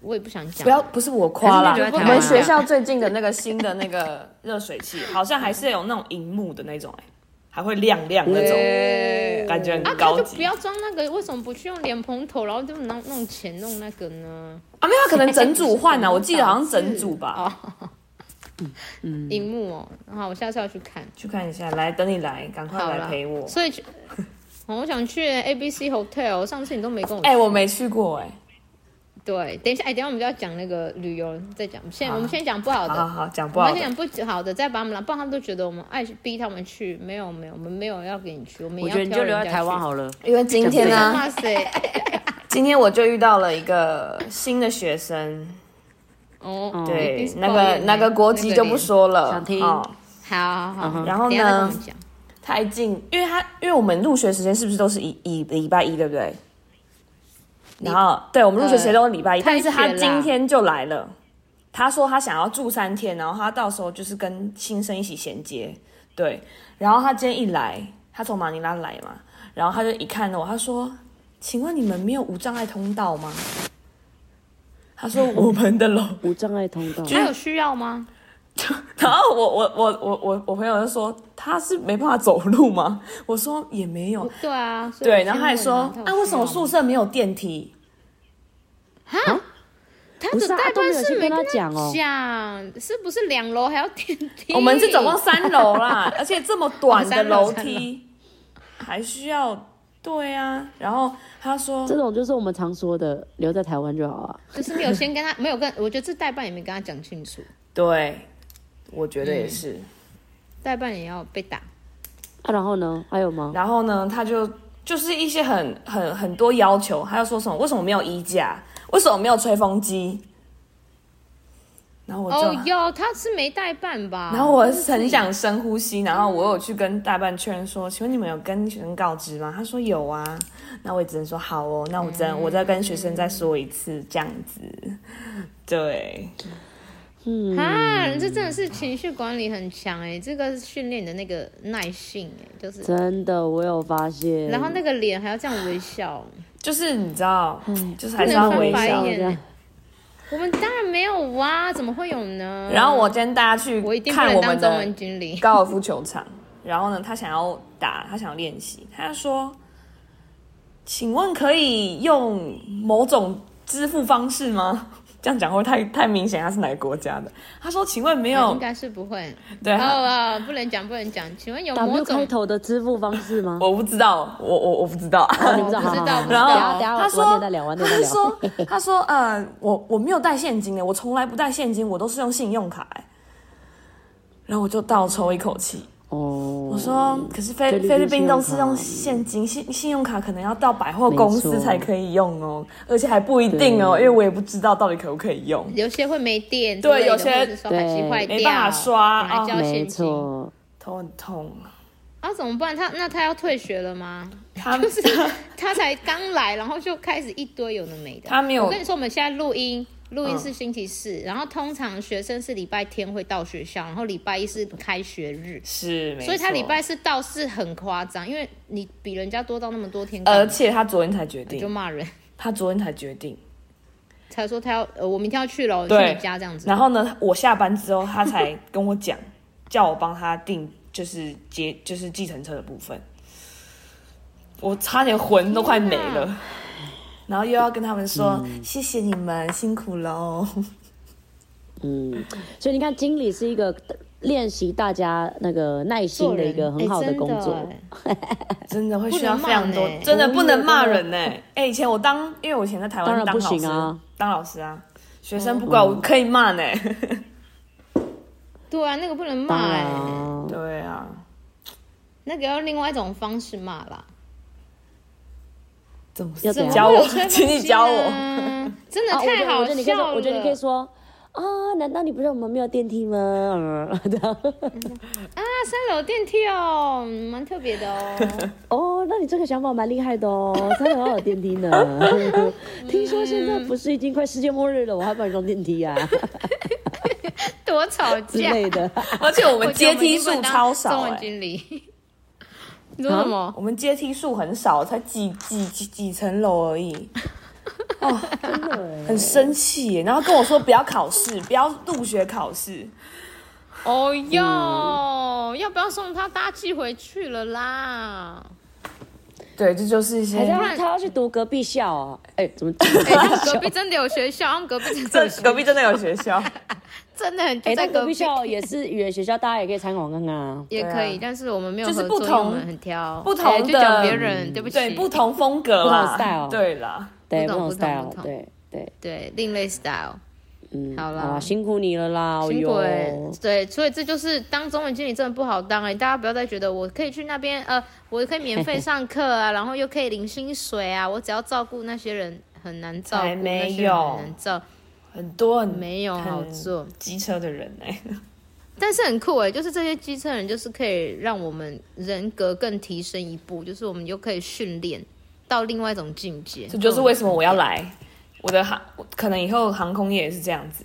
Speaker 2: 我也不想讲。
Speaker 3: 不要，不是我夸啦
Speaker 1: 还是你，觉
Speaker 3: 我
Speaker 1: 得台湾
Speaker 3: 们
Speaker 1: 啊
Speaker 3: 学校最近的那个新的那个热水器，好像还是有那种荧幕的那种、欸，还会亮亮那种，感觉
Speaker 2: 啊，
Speaker 3: 很
Speaker 2: 他
Speaker 3: 高
Speaker 2: 就不
Speaker 3: 级。
Speaker 2: 要装那个，为什么不去用脸蓬头，然后就弄弄钱弄那个呢？
Speaker 3: 啊，没有， 可能整组换啊呢、我记得好像整组
Speaker 2: 哦
Speaker 3: 吧。嗯
Speaker 2: 荧幕哦，好，我下次要去看。
Speaker 3: 去看一下，来，等你来，赶快
Speaker 2: 好
Speaker 3: 来
Speaker 2: 啦
Speaker 3: 陪我。
Speaker 2: 所以去，哦我想去 A B C Hotel，上次你都没跟我。
Speaker 3: 哎、我没去过哎、
Speaker 2: 对，等一下，哎，等一下我们就要讲那个旅游，再讲。现在我们先讲不好的，
Speaker 3: 好好好，讲不
Speaker 2: 我
Speaker 3: 好
Speaker 2: 们
Speaker 3: 的
Speaker 2: 先。讲不好的，再把他们拉，不然他们都觉得我们爱逼他们去。没有没有，我们没有要给 你去，我们
Speaker 1: 我
Speaker 2: 也要
Speaker 1: 觉得你就留在台湾
Speaker 2: 了。
Speaker 1: 好了。
Speaker 3: 因为今天呢、
Speaker 2: 哇塞，
Speaker 3: 今天我就遇到了一个新的学生，
Speaker 2: 哦，一定
Speaker 3: 对
Speaker 2: 是，
Speaker 3: 那
Speaker 2: 抱
Speaker 3: 个
Speaker 2: 怨你
Speaker 3: 那个国籍就不。说了。
Speaker 1: 想听
Speaker 3: 哦
Speaker 2: 那个脸好好好，
Speaker 3: 然后
Speaker 2: 等
Speaker 3: 呢
Speaker 2: 一下再跟我们讲
Speaker 3: 太近，因为他因为我们入学时间是不是都是以以礼拜一，对不对？然后对我们入学时间都是礼拜一，
Speaker 2: 呃
Speaker 3: 但是他
Speaker 2: 开学啦
Speaker 3: 今天就来了。他说他想要住三天，然后他到时候就是跟新生一起衔接，对。然后他今天一来，他从马尼拉来嘛，然后他就一看到我，他说：“请问你们没有无障碍通道吗？” 他说：“我们的楼
Speaker 1: 无障碍通道，
Speaker 2: 他有需要吗？
Speaker 3: 然后我我我我我我朋友就说他是没办法走路吗？我说也没有，
Speaker 2: 对啊，所以
Speaker 3: 哦对，
Speaker 2: 我
Speaker 3: 然后他还
Speaker 2: 先
Speaker 3: 说啊
Speaker 2: 问他
Speaker 3: 啊，为什么宿舍没有电梯？
Speaker 2: 他
Speaker 1: 不
Speaker 2: 的
Speaker 1: 是啊
Speaker 2: 代
Speaker 1: 都没
Speaker 2: 办
Speaker 1: 有先
Speaker 2: 是
Speaker 1: 跟
Speaker 2: 没
Speaker 1: 他讲哦
Speaker 2: 讲是不是两楼还要电梯？
Speaker 3: 我们是总共三楼 啦，而且这么短的哦楼梯，还需要对啊。然后他说
Speaker 1: 这种就是我们常说的，留在台湾就好啊。
Speaker 2: 就是没有先跟他，没有跟，我觉得这代办也没跟他讲清楚，
Speaker 3: 对，我觉得也是。
Speaker 2: 代办也要被打。
Speaker 1: 啊，然后呢？还有吗？
Speaker 3: 然后呢，他就就是一些很很很多要求，他又说什么为什么没有衣架，为什么没有吹风机？然后我就、
Speaker 2: 哦，有，他是没代办吧？
Speaker 3: 然后我是很想深呼吸，然后我有去跟代办确认说，请问你们有跟学生告知吗？他说有啊，那我也只能说好哦，那我真、我再跟学
Speaker 2: 嗯
Speaker 3: 生再说一次这样子，对，
Speaker 1: 嗯
Speaker 2: 啊，这真的是情绪管理很强哎、这个是训练你的那个耐性哎、就是，
Speaker 1: 真的，我有发现。
Speaker 2: 然后那个脸还要这样微笑，
Speaker 3: 就是你知道，就是还
Speaker 2: 嗯不
Speaker 3: 是
Speaker 2: 能
Speaker 3: 要
Speaker 2: 翻
Speaker 3: 微
Speaker 2: 白
Speaker 3: 笑。
Speaker 2: 眼
Speaker 1: 这样
Speaker 2: 哎、我们当然没有啊哇、怎么会有呢？
Speaker 3: 然后我今天带他去
Speaker 2: 我一定不
Speaker 3: 看
Speaker 2: 能
Speaker 3: 我
Speaker 2: 当
Speaker 3: 们
Speaker 2: 中文
Speaker 3: 的
Speaker 2: 经理，
Speaker 3: 高尔夫球场，然后呢，他想要打，他想要练习，他就说：“请问可以用某种支付方式吗？”这样讲会不会太太明显，他是哪个国家的？他说：“请问没有
Speaker 2: 应该是不会。
Speaker 3: 对
Speaker 2: 哦
Speaker 3: 他
Speaker 2: 哦，不能讲，不能讲。请问有某
Speaker 1: W 开
Speaker 2: 种
Speaker 1: 头的支付方式 吗？
Speaker 3: 我不知道，我我我不知道。
Speaker 1: 你不知道，
Speaker 2: 我不知
Speaker 1: 好
Speaker 2: 道
Speaker 1: 好好
Speaker 2: 不
Speaker 1: 等
Speaker 2: 知道
Speaker 1: 一下等一下
Speaker 3: 他说
Speaker 1: 晚点再聊，晚点再
Speaker 3: 他
Speaker 1: 聊。
Speaker 3: 说他说呃，我我没有带现金的，我从来不带现金，我都是用信用卡、欸然后我就倒抽一口气，
Speaker 1: 哦，
Speaker 3: 我说可是
Speaker 1: 菲
Speaker 3: 菲
Speaker 1: 律宾
Speaker 3: 菲律宾都是
Speaker 1: 信用卡
Speaker 3: 用现金，信信用卡可能要到百货公
Speaker 1: 没
Speaker 3: 司
Speaker 1: 错
Speaker 3: 才可以用哦，而且还不一定哦，
Speaker 1: 对
Speaker 3: 因为我也不知道到底可不可以用。
Speaker 2: 有些会没电之
Speaker 3: 对
Speaker 2: 类的，
Speaker 3: 有些
Speaker 2: 或者是刷卡机
Speaker 1: 对
Speaker 2: 坏掉，
Speaker 3: 没办法刷哦
Speaker 2: 本来就要
Speaker 1: 没
Speaker 2: 现金。
Speaker 1: 错，
Speaker 3: 头很痛，
Speaker 2: 啊，怎么办？他那他要退学了 吗？
Speaker 3: 他
Speaker 2: 就是他才刚来，然后就开始一堆有的没的。
Speaker 3: 他没有嗯
Speaker 2: 我跟你说，我们现在录音，录音是星期四，然后通常学生是礼拜天会到学校，然后礼拜一是开学日，
Speaker 3: 是，没
Speaker 2: 所以他
Speaker 3: 错
Speaker 2: 礼拜四到是很夸张，因为你比人家多到那么多天干嘛，
Speaker 3: 而且他昨天才决
Speaker 2: 就
Speaker 3: 定，
Speaker 2: 骂人，
Speaker 3: 他昨天才决定，
Speaker 2: 才说他要呃，我明天要去了，去
Speaker 3: 对
Speaker 2: 你家这样子。
Speaker 3: 然后呢，我下班之后他才跟我讲，叫我帮他订就是接就是计程车的部分，我差点魂都快没了。 嗯然后又要跟他们说、谢谢你们辛苦喽，
Speaker 1: 嗯，所以你看，经理是一个练习大家那个耐心
Speaker 2: 做
Speaker 1: 的
Speaker 2: 人
Speaker 1: 一个很好
Speaker 2: 哎真的
Speaker 1: 工作。
Speaker 2: 哎
Speaker 3: 真的会需要
Speaker 2: 不能骂欸
Speaker 3: 非常多，
Speaker 2: 呢
Speaker 3: 真的不能骂人呢、 哎、以前我当，因为我以前在台
Speaker 1: 当
Speaker 3: 湾
Speaker 1: 然
Speaker 3: 当
Speaker 1: 不
Speaker 3: 老
Speaker 1: 行
Speaker 3: 师，
Speaker 1: 啊
Speaker 3: 当老师啊，学生不管我可以骂呢、
Speaker 2: 对啊，那个不能
Speaker 1: 当
Speaker 2: 骂、
Speaker 1: 然
Speaker 2: 哎，
Speaker 1: 啊，
Speaker 3: 对啊，
Speaker 2: 那个要另外一种方式骂啦。
Speaker 3: 怎么
Speaker 1: 要怎样
Speaker 3: 教
Speaker 2: 怎么会有
Speaker 3: 我
Speaker 2: 吹风？
Speaker 3: 请你
Speaker 2: 机
Speaker 3: 教 我。
Speaker 2: 呢，真的
Speaker 1: 啊我觉
Speaker 2: 太
Speaker 1: 得
Speaker 2: 好
Speaker 1: 我觉得你可以
Speaker 2: 笑
Speaker 1: 说，
Speaker 2: 了。
Speaker 1: 我觉得你可以说啊，难道你不知道我们没有电梯吗？这样
Speaker 2: 啊，三楼电梯哦，嗯蛮特别的 哦。
Speaker 1: 哦，那你这个想法蛮厉害的哦，三楼还有电梯呢。 听说现在不是已经快世界末日了，我还帮你装电梯 啊
Speaker 2: 多吵
Speaker 1: 之
Speaker 2: 架！
Speaker 1: 类 的。
Speaker 3: 而且我
Speaker 2: 我
Speaker 3: 们
Speaker 2: 觉得
Speaker 3: 阶
Speaker 2: 我
Speaker 3: 梯
Speaker 2: 已经不
Speaker 3: 数
Speaker 2: 能当
Speaker 3: 超少、
Speaker 2: 中文
Speaker 3: 哎，
Speaker 2: 经
Speaker 1: 啊
Speaker 2: 理，你说什么？
Speaker 3: 我们阶梯数很少，才几几几几层楼 而已。哦，很生气耶，然后跟我说不要考试，不要入学考试。
Speaker 2: 哦哟，
Speaker 1: 嗯
Speaker 2: 要不要送他搭机回去了啦？
Speaker 3: 对，这就是一
Speaker 1: 还
Speaker 3: 些
Speaker 1: 是哎他他要去读隔壁校啊？哎，怎么？
Speaker 2: 哎、他们隔壁真的有学校，他们隔壁真的
Speaker 3: 这
Speaker 2: 有学
Speaker 3: 隔壁真的有学 校，
Speaker 2: 真的很
Speaker 1: 哎，
Speaker 2: 就
Speaker 1: 那
Speaker 2: 在
Speaker 1: 隔
Speaker 2: 隔
Speaker 1: 壁
Speaker 2: 壁
Speaker 1: 校也是语言学校，大家也可以参考看看啊。
Speaker 2: 也可以，但是我们没有
Speaker 3: 就是
Speaker 2: 合
Speaker 3: 不
Speaker 2: 作，因为
Speaker 3: 同
Speaker 2: 我们很挑，
Speaker 3: 不
Speaker 2: 哎
Speaker 3: 同
Speaker 2: 就
Speaker 3: 的嗯
Speaker 2: 讲别人，对不起，
Speaker 3: 对，不同风格
Speaker 1: 不同
Speaker 3: 啦
Speaker 1: style，
Speaker 3: 对啦，
Speaker 1: 对，不
Speaker 2: 不懂
Speaker 1: 同
Speaker 2: 不懂
Speaker 1: style，
Speaker 2: 不懂
Speaker 1: 对对，
Speaker 2: 对另类 style。
Speaker 1: 嗯，
Speaker 2: 好啦
Speaker 1: 啦，辛苦你了啦，
Speaker 3: 哦
Speaker 2: 辛苦哎、
Speaker 1: 哎呦
Speaker 2: 对，所以这就是当中文经理真的不好当哎、大家不要再觉得我可以去那边呃，我可以免费上课 啊，然后又可以领薪水啊，我只要照顾那些人很难照顾，
Speaker 3: 才哎没
Speaker 2: 那些人
Speaker 3: 有嗯
Speaker 2: 很难照，
Speaker 3: 很多很
Speaker 2: 没有好做，
Speaker 3: 机车的人哎、
Speaker 2: 但是很酷哎、就是这些机车人就是可以让我们人格更提升一步，就是我们又可以训练到另外一种境界，
Speaker 3: 这就是为什么我要来，我的航可能以后航空业也是这样子，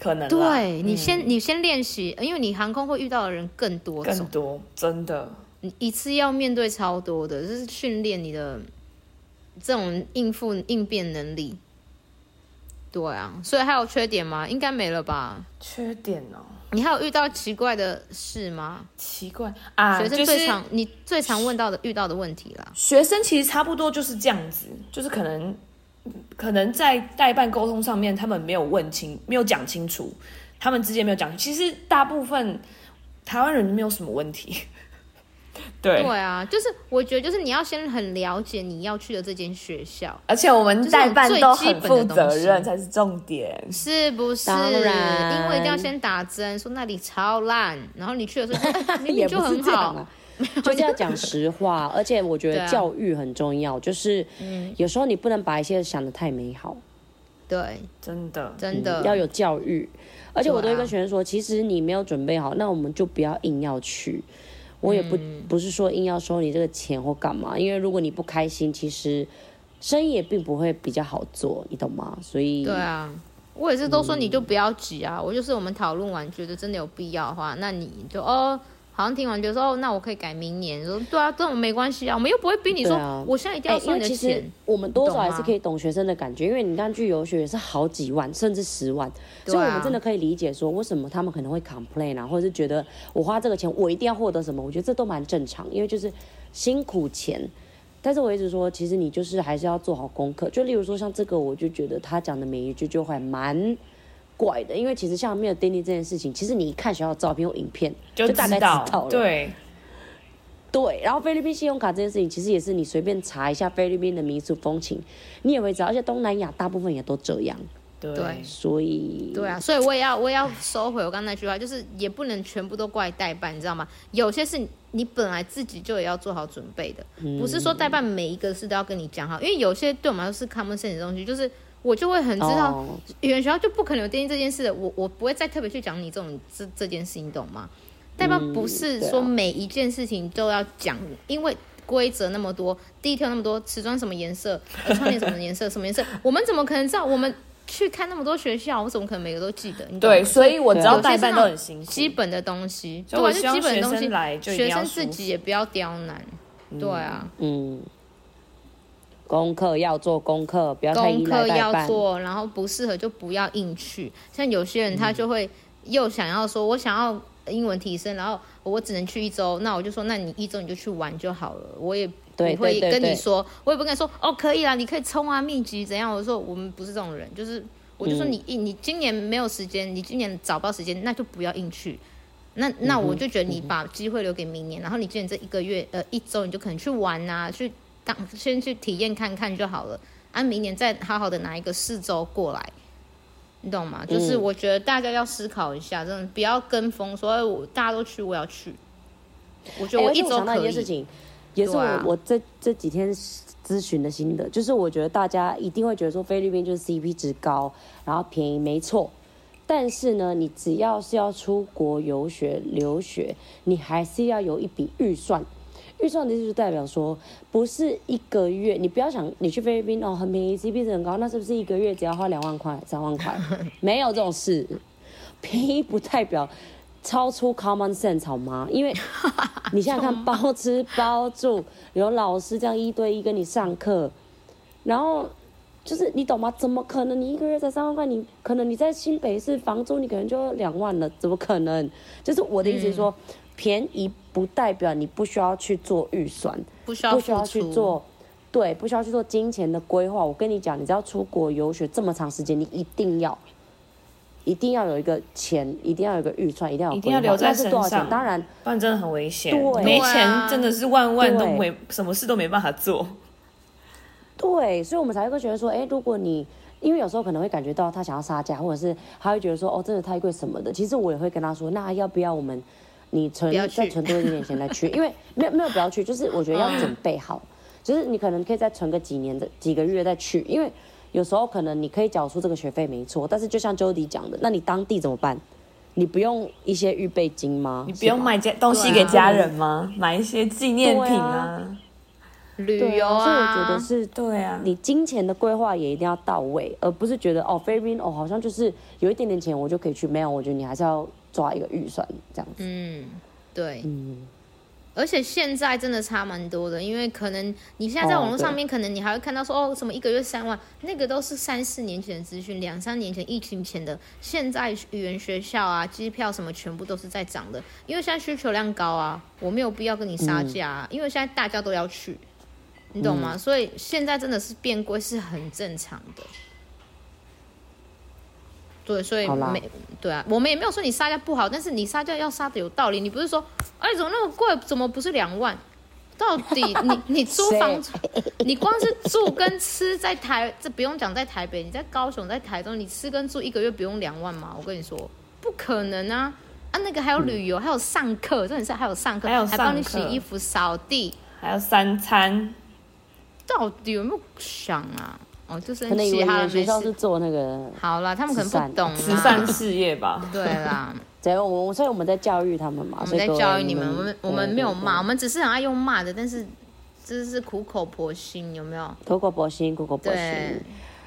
Speaker 3: 可能啦
Speaker 2: 对你先、你先练习，因为你航空会遇到的人更多种
Speaker 3: 嗯更。多真的。
Speaker 2: 你一次要面对超多的，就是训练你的这种应付应变能力。对啊，所以还有缺点吗？应该没了吧？
Speaker 3: 缺点哦，
Speaker 2: 你还有遇到奇怪的事吗？
Speaker 3: 奇怪啊，
Speaker 2: 学
Speaker 3: 就
Speaker 2: 生
Speaker 3: 是
Speaker 2: 最常、你最常问到的遇到的问题啦。
Speaker 3: 学生其实差不多就是这样子，就是可能可能在代办沟通上面，他们没有问清，没有讲清楚，他们之间没有讲。其实大部分台湾人没有什么问题，对，
Speaker 2: 对啊，就是我觉得就是你要先很了解你要去的这间学校，
Speaker 3: 而且我们代办都很
Speaker 2: 这是我们最
Speaker 3: 负责
Speaker 2: 基本的东
Speaker 3: 任
Speaker 2: 西
Speaker 3: 才是重点，
Speaker 2: 是不是？
Speaker 1: 当然
Speaker 2: 因为一定要先打针，说那里超烂，然后你去的时候就、 哎明
Speaker 1: 也
Speaker 2: 明
Speaker 1: 不
Speaker 2: 就是很
Speaker 1: 这样
Speaker 2: 好
Speaker 1: 啊，， 就是要讲实 话，而且我觉
Speaker 2: 对
Speaker 1: 得
Speaker 2: 啊嗯
Speaker 1: 教育很重要，就是有时候你不能把一些想的太美好，
Speaker 2: 对，
Speaker 3: 真的。
Speaker 2: 真的、
Speaker 1: 嗯要有教育。而且我都会
Speaker 2: 对
Speaker 1: 跟
Speaker 2: 啊
Speaker 1: 学生说，其实你没有准备好，那我们就不要硬要去。我也不、
Speaker 2: 嗯
Speaker 1: 不是说硬要收你这个钱或干嘛，因为如果你不开心，其实生意也并不会比较好做，你懂吗？所以
Speaker 2: 对啊，我
Speaker 1: 嗯
Speaker 2: 也是都说你就不要急啊，我就是我们讨论完觉得真的有必要的话，那你就哦好像听完就说哦，那我可以改明年。说对啊，这种没关系啊，我们又不会逼你说、
Speaker 1: 对啊
Speaker 2: 我现在一定
Speaker 1: 哎
Speaker 2: 要
Speaker 1: 因
Speaker 2: 算
Speaker 1: 为
Speaker 2: 你的
Speaker 1: 其
Speaker 2: 钱。
Speaker 1: 实我们多少还
Speaker 2: 你懂
Speaker 1: 是
Speaker 2: 吗
Speaker 1: 可以懂学生的感觉，因为你看去游学也是好几万甚至十万，所
Speaker 2: 对啊
Speaker 1: 以我们真的可以理解说为什么他们可能会 complain 啊，或者是觉得我花这个钱我一定要获得什么，我觉得这都蛮正常，因为就是辛苦钱。但是我一直说，其实你就是还是要做好功课。就例如说像这个，我就觉得他讲的每一句就还蛮怪的，因为其实像没有 d a 这件事情，其实你一看学校的照片或影片
Speaker 3: 就
Speaker 1: 大概知
Speaker 3: 道
Speaker 1: 道了。
Speaker 3: 对，
Speaker 1: 对，然后菲律宾信用卡这件事情，其实也是你随便查一下菲律宾的民俗风情，你也会知道，而且东南亚大部分也都这样，
Speaker 3: 对
Speaker 2: 对
Speaker 1: 所以
Speaker 2: 对啊，所以我也要我也要收回我刚才那句话，就是也不能全部都怪代办，你知道吗？有些事你本来自己就也要做好准备的，不是说代办每一个事都要跟你讲好，因为有些对我们来说是 common sense 的东西，就是我就会很知道
Speaker 1: 哦
Speaker 2: 语言学校就不可能有定义这件事的，我我不会再特别去讲你这种这这件事，你懂吗？代办
Speaker 3: 嗯
Speaker 2: 不是
Speaker 1: 对啊
Speaker 2: 说每一件事情都要讲，因为规则那么多，detail 那么多，瓷砖什么颜色，呃窗帘什么颜色，什么颜色，我们怎么可能知道？我们去看那么多学校，我怎么可能每个都记得？你懂吗
Speaker 3: 对，所以我知道
Speaker 2: 有些
Speaker 3: 代
Speaker 2: 是
Speaker 3: 办
Speaker 2: 那
Speaker 3: 都
Speaker 2: 种
Speaker 3: 很辛苦，
Speaker 2: 基本的东西，
Speaker 3: 所
Speaker 2: 对
Speaker 3: 以我
Speaker 2: 啊，
Speaker 3: 希
Speaker 2: 就
Speaker 3: 望
Speaker 2: 基本的东
Speaker 3: 学
Speaker 2: 西
Speaker 3: 生来，就一定
Speaker 2: 学
Speaker 3: 要
Speaker 2: 生
Speaker 3: 舒服
Speaker 2: 自己也不要刁难，对啊，
Speaker 1: 嗯，功课要做功课，不要太
Speaker 2: 功
Speaker 1: 依
Speaker 2: 课
Speaker 1: 赖代
Speaker 2: 要
Speaker 1: 办。
Speaker 2: 做，然后不适合就不要硬去。像有
Speaker 1: 嗯
Speaker 2: 些人他就会又想要说，我想要英文提升，然后我只能去一周，那我就说，那你一周你就去玩就好了，我也。不
Speaker 1: 对
Speaker 2: 会
Speaker 1: 对对
Speaker 2: 跟你
Speaker 1: 对
Speaker 2: 说，我也不跟你说哦，可以啦，你可以冲啊，秘籍怎样？我说我们不是这种人，就是我
Speaker 1: 嗯
Speaker 2: 就说你硬，你今年没有时间，你今年找不到时间，那就不要硬去。那
Speaker 1: 嗯
Speaker 2: 那我就觉得你把机会留给明年，然后你今年这一个月呃一周，你就可能去玩呐、去当先去体验看看就好了。按、明年再好好的拿一个四周过来，你懂吗？
Speaker 1: 嗯
Speaker 2: 就是我觉得大家要思考一下，真的不要跟风说，哎，我大家都去，我要去。我觉得
Speaker 1: 哎
Speaker 2: 我
Speaker 1: 而且
Speaker 2: 一周
Speaker 1: 想到一
Speaker 2: 可
Speaker 1: 件事
Speaker 2: 以，
Speaker 1: 情，也是我、
Speaker 2: 对啊
Speaker 1: 我这这几天咨询的心得，就是我觉得大家一定会觉得说菲律宾就是 CP 值高，然后便宜，没错。但是呢，你只要是要出国游学、留学，你还是要有一笔预算。预算的意思就代表说，不是一个月，你不要想你去菲律宾哦，很便宜，CP 值很高，那是不是一个月只要花两万块、三万块？ 没有这种事，便宜不代表超出 common sense 好吗？因为你想想看，包吃包 住，有老师这样一对一跟你上课，然后就是你懂吗？怎么可能？你一个月才三万块，你可能你在新北市房租你可能就两万了，怎么可能？就是我的意思是说，
Speaker 3: 嗯
Speaker 1: 便宜不代表你不需要去做预算，
Speaker 2: 不需
Speaker 1: 不需
Speaker 2: 付
Speaker 1: 要去
Speaker 2: 出。
Speaker 1: 做，对，不需要去做金钱的规划。我跟你讲，你只要出国游学这么长时间，你一定要，一定要有一个钱，一定要有一个预算，一定要有
Speaker 3: 一定要
Speaker 1: 规划
Speaker 3: 留在
Speaker 1: 那是多少
Speaker 3: 身
Speaker 1: 钱？
Speaker 3: 上
Speaker 1: 当然，
Speaker 3: 不然真的很危险
Speaker 1: 对，
Speaker 3: 没
Speaker 2: 对啊
Speaker 3: 钱真的是万万都
Speaker 1: 对
Speaker 3: 没什么事都没办法做。
Speaker 1: 对，所以我们才会觉得说，哎，如果你因为有时候可能会感觉到他想要杀价，或者是他会觉得说，哦，真的太贵什么的。其实我也会跟他说，那要不要我们你存
Speaker 2: 不要去嗯
Speaker 1: 再存多一点点钱来 去？因为没有没有不要去，就是我觉得要准备好，就是你可能可以再存个几年的几个月再去，因为有时候可能你可以缴出这个学费没错，但是就像 Jody 讲的，那你当地怎么办？你不用一些预备金吗？
Speaker 3: 你不
Speaker 1: 是
Speaker 3: 用
Speaker 1: 吧
Speaker 3: 买家东西
Speaker 2: 对啊
Speaker 3: 给家人吗？买一些纪念品
Speaker 1: 对
Speaker 3: 啊
Speaker 1: 啊？
Speaker 2: 旅
Speaker 1: 对
Speaker 2: 游
Speaker 1: 啊，所以我觉得是
Speaker 3: 对啊，
Speaker 1: 你金钱的规划也一定要到位，而不是觉得哦，菲律宾哦，好像就是有一点点钱我就可以去。没有，我觉得你还是要抓一个预算这样子。
Speaker 2: 嗯，对，
Speaker 1: 嗯
Speaker 2: 而且现在真的差蛮多的，因为可能你现在在
Speaker 1: 哦
Speaker 2: 网络上面，可能你还会看到说，哦，什么一个月三万，那个都是三四年前的资讯，两三年前疫情前的。现在语言学校啊，机票什么全部都是在涨的，因为现在需求量高啊，我没有必要跟你杀价、啊，
Speaker 1: 嗯
Speaker 2: 因为现在大家都要去，你懂
Speaker 3: 嗯
Speaker 2: 吗？所以现在真的是变贵是很正常的。对，所以
Speaker 1: 好啦
Speaker 2: 没对啊，我们也没有说你杀价不好，但是你杀价要杀的有道理，你不是说，哎，怎么那么贵？怎么不是两万？到 底你你租房子，你光是住跟吃在台，这不用讲，在台北，你在高雄，在台中，你吃跟住一个月不用两万吗？我跟你说，不可能啊！啊，那个还有旅游，还有上课，重点是还有上课，
Speaker 3: 嗯还有上课
Speaker 2: 帮你洗衣服、扫地，
Speaker 3: 还有三餐，
Speaker 2: 到底有没有想啊？哦，就是
Speaker 1: 可能以
Speaker 2: 其
Speaker 1: 为你
Speaker 2: 他
Speaker 1: 们
Speaker 2: 的
Speaker 1: 学
Speaker 2: 没
Speaker 1: 校是
Speaker 2: 事。
Speaker 1: 做那个，
Speaker 2: 好啦，他们可能
Speaker 1: 慈善
Speaker 2: 不懂
Speaker 3: 慈善
Speaker 2: 啦，
Speaker 3: 事业吧。
Speaker 2: 对啦。
Speaker 1: 所以我们所以我们在教育他们嘛，
Speaker 2: 我
Speaker 1: 所以
Speaker 2: 们在
Speaker 1: 各位
Speaker 2: 教育你们，我们我们没有
Speaker 1: 对
Speaker 2: 骂，我们只是很爱用骂的，但是这是苦口婆心，有没有？
Speaker 1: 苦口婆心，苦口婆心
Speaker 2: 对。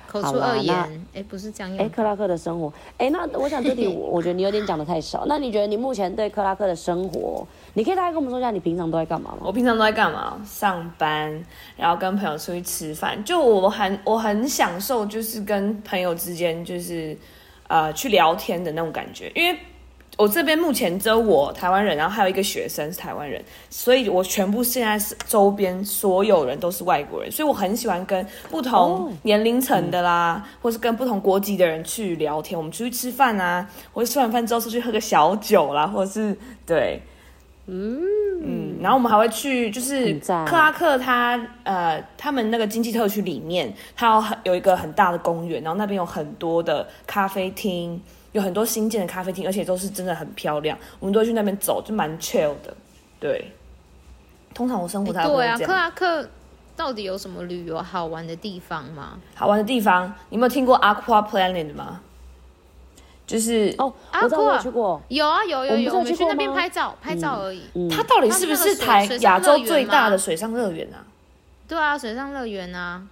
Speaker 2: 口
Speaker 1: 好
Speaker 2: 出
Speaker 1: 啦
Speaker 2: 恶言
Speaker 1: 那，
Speaker 2: 哎，不是这样
Speaker 1: 哎，
Speaker 2: 用。
Speaker 1: 克拉克的生活，哎，那我想这里我我觉得你有点讲的太少。那你觉得你目前对克拉克的生活，你可以大概跟我们说一下你平常都在干嘛吗？
Speaker 3: 我平常都在干嘛？上班，然后跟朋友出去吃饭。就我很我很享受，就是跟朋友之间就是呃去聊天的那种感觉。因为我这边目前只有我台湾人，然后还有一个学生是台湾人，所以我全部现在是周边所有人都是外国人，所以我很喜欢跟不
Speaker 1: 哦
Speaker 3: 同年龄层的啦，
Speaker 1: 嗯
Speaker 3: 或是跟不同国籍的人去聊天。我们出去吃饭啊，或者吃完饭之后出去喝个小酒啦，或者是对。嗯，然后我们还会去，就是
Speaker 1: 很赞
Speaker 3: 克拉克他呃，他们那个经济特区里面，它有很有一个很大的公园，然后那边有很多的咖啡厅，有很多新建的咖啡厅，而且都是真的很漂亮。我们都会去那边走，就蛮 chill 的。对，通常我生活
Speaker 2: 哎
Speaker 3: 才不
Speaker 2: 对
Speaker 3: 会
Speaker 2: 啊，
Speaker 3: 这
Speaker 2: 克
Speaker 3: 样。
Speaker 2: 拉克到底有什么旅游好玩的地方吗？
Speaker 3: 好玩的地方，你有没有听过 Aqua Planet 吗？就是
Speaker 1: 哦，我知道
Speaker 2: 阿
Speaker 1: 我
Speaker 2: 克
Speaker 1: 有去过，
Speaker 2: 有啊，有
Speaker 1: 我
Speaker 2: 有
Speaker 1: 们不
Speaker 2: 有，
Speaker 1: 是
Speaker 2: 我们
Speaker 1: 去
Speaker 2: 去
Speaker 1: 过
Speaker 2: 那边
Speaker 1: 吗嗯
Speaker 2: 拍照，拍照而已。
Speaker 3: 它到底是不是
Speaker 2: 它是那
Speaker 3: 台
Speaker 2: 个水
Speaker 3: 亚洲
Speaker 2: 水上乐园
Speaker 3: 最大的
Speaker 2: 吗
Speaker 3: 水上乐园啊？
Speaker 2: 对啊，水上乐园啊，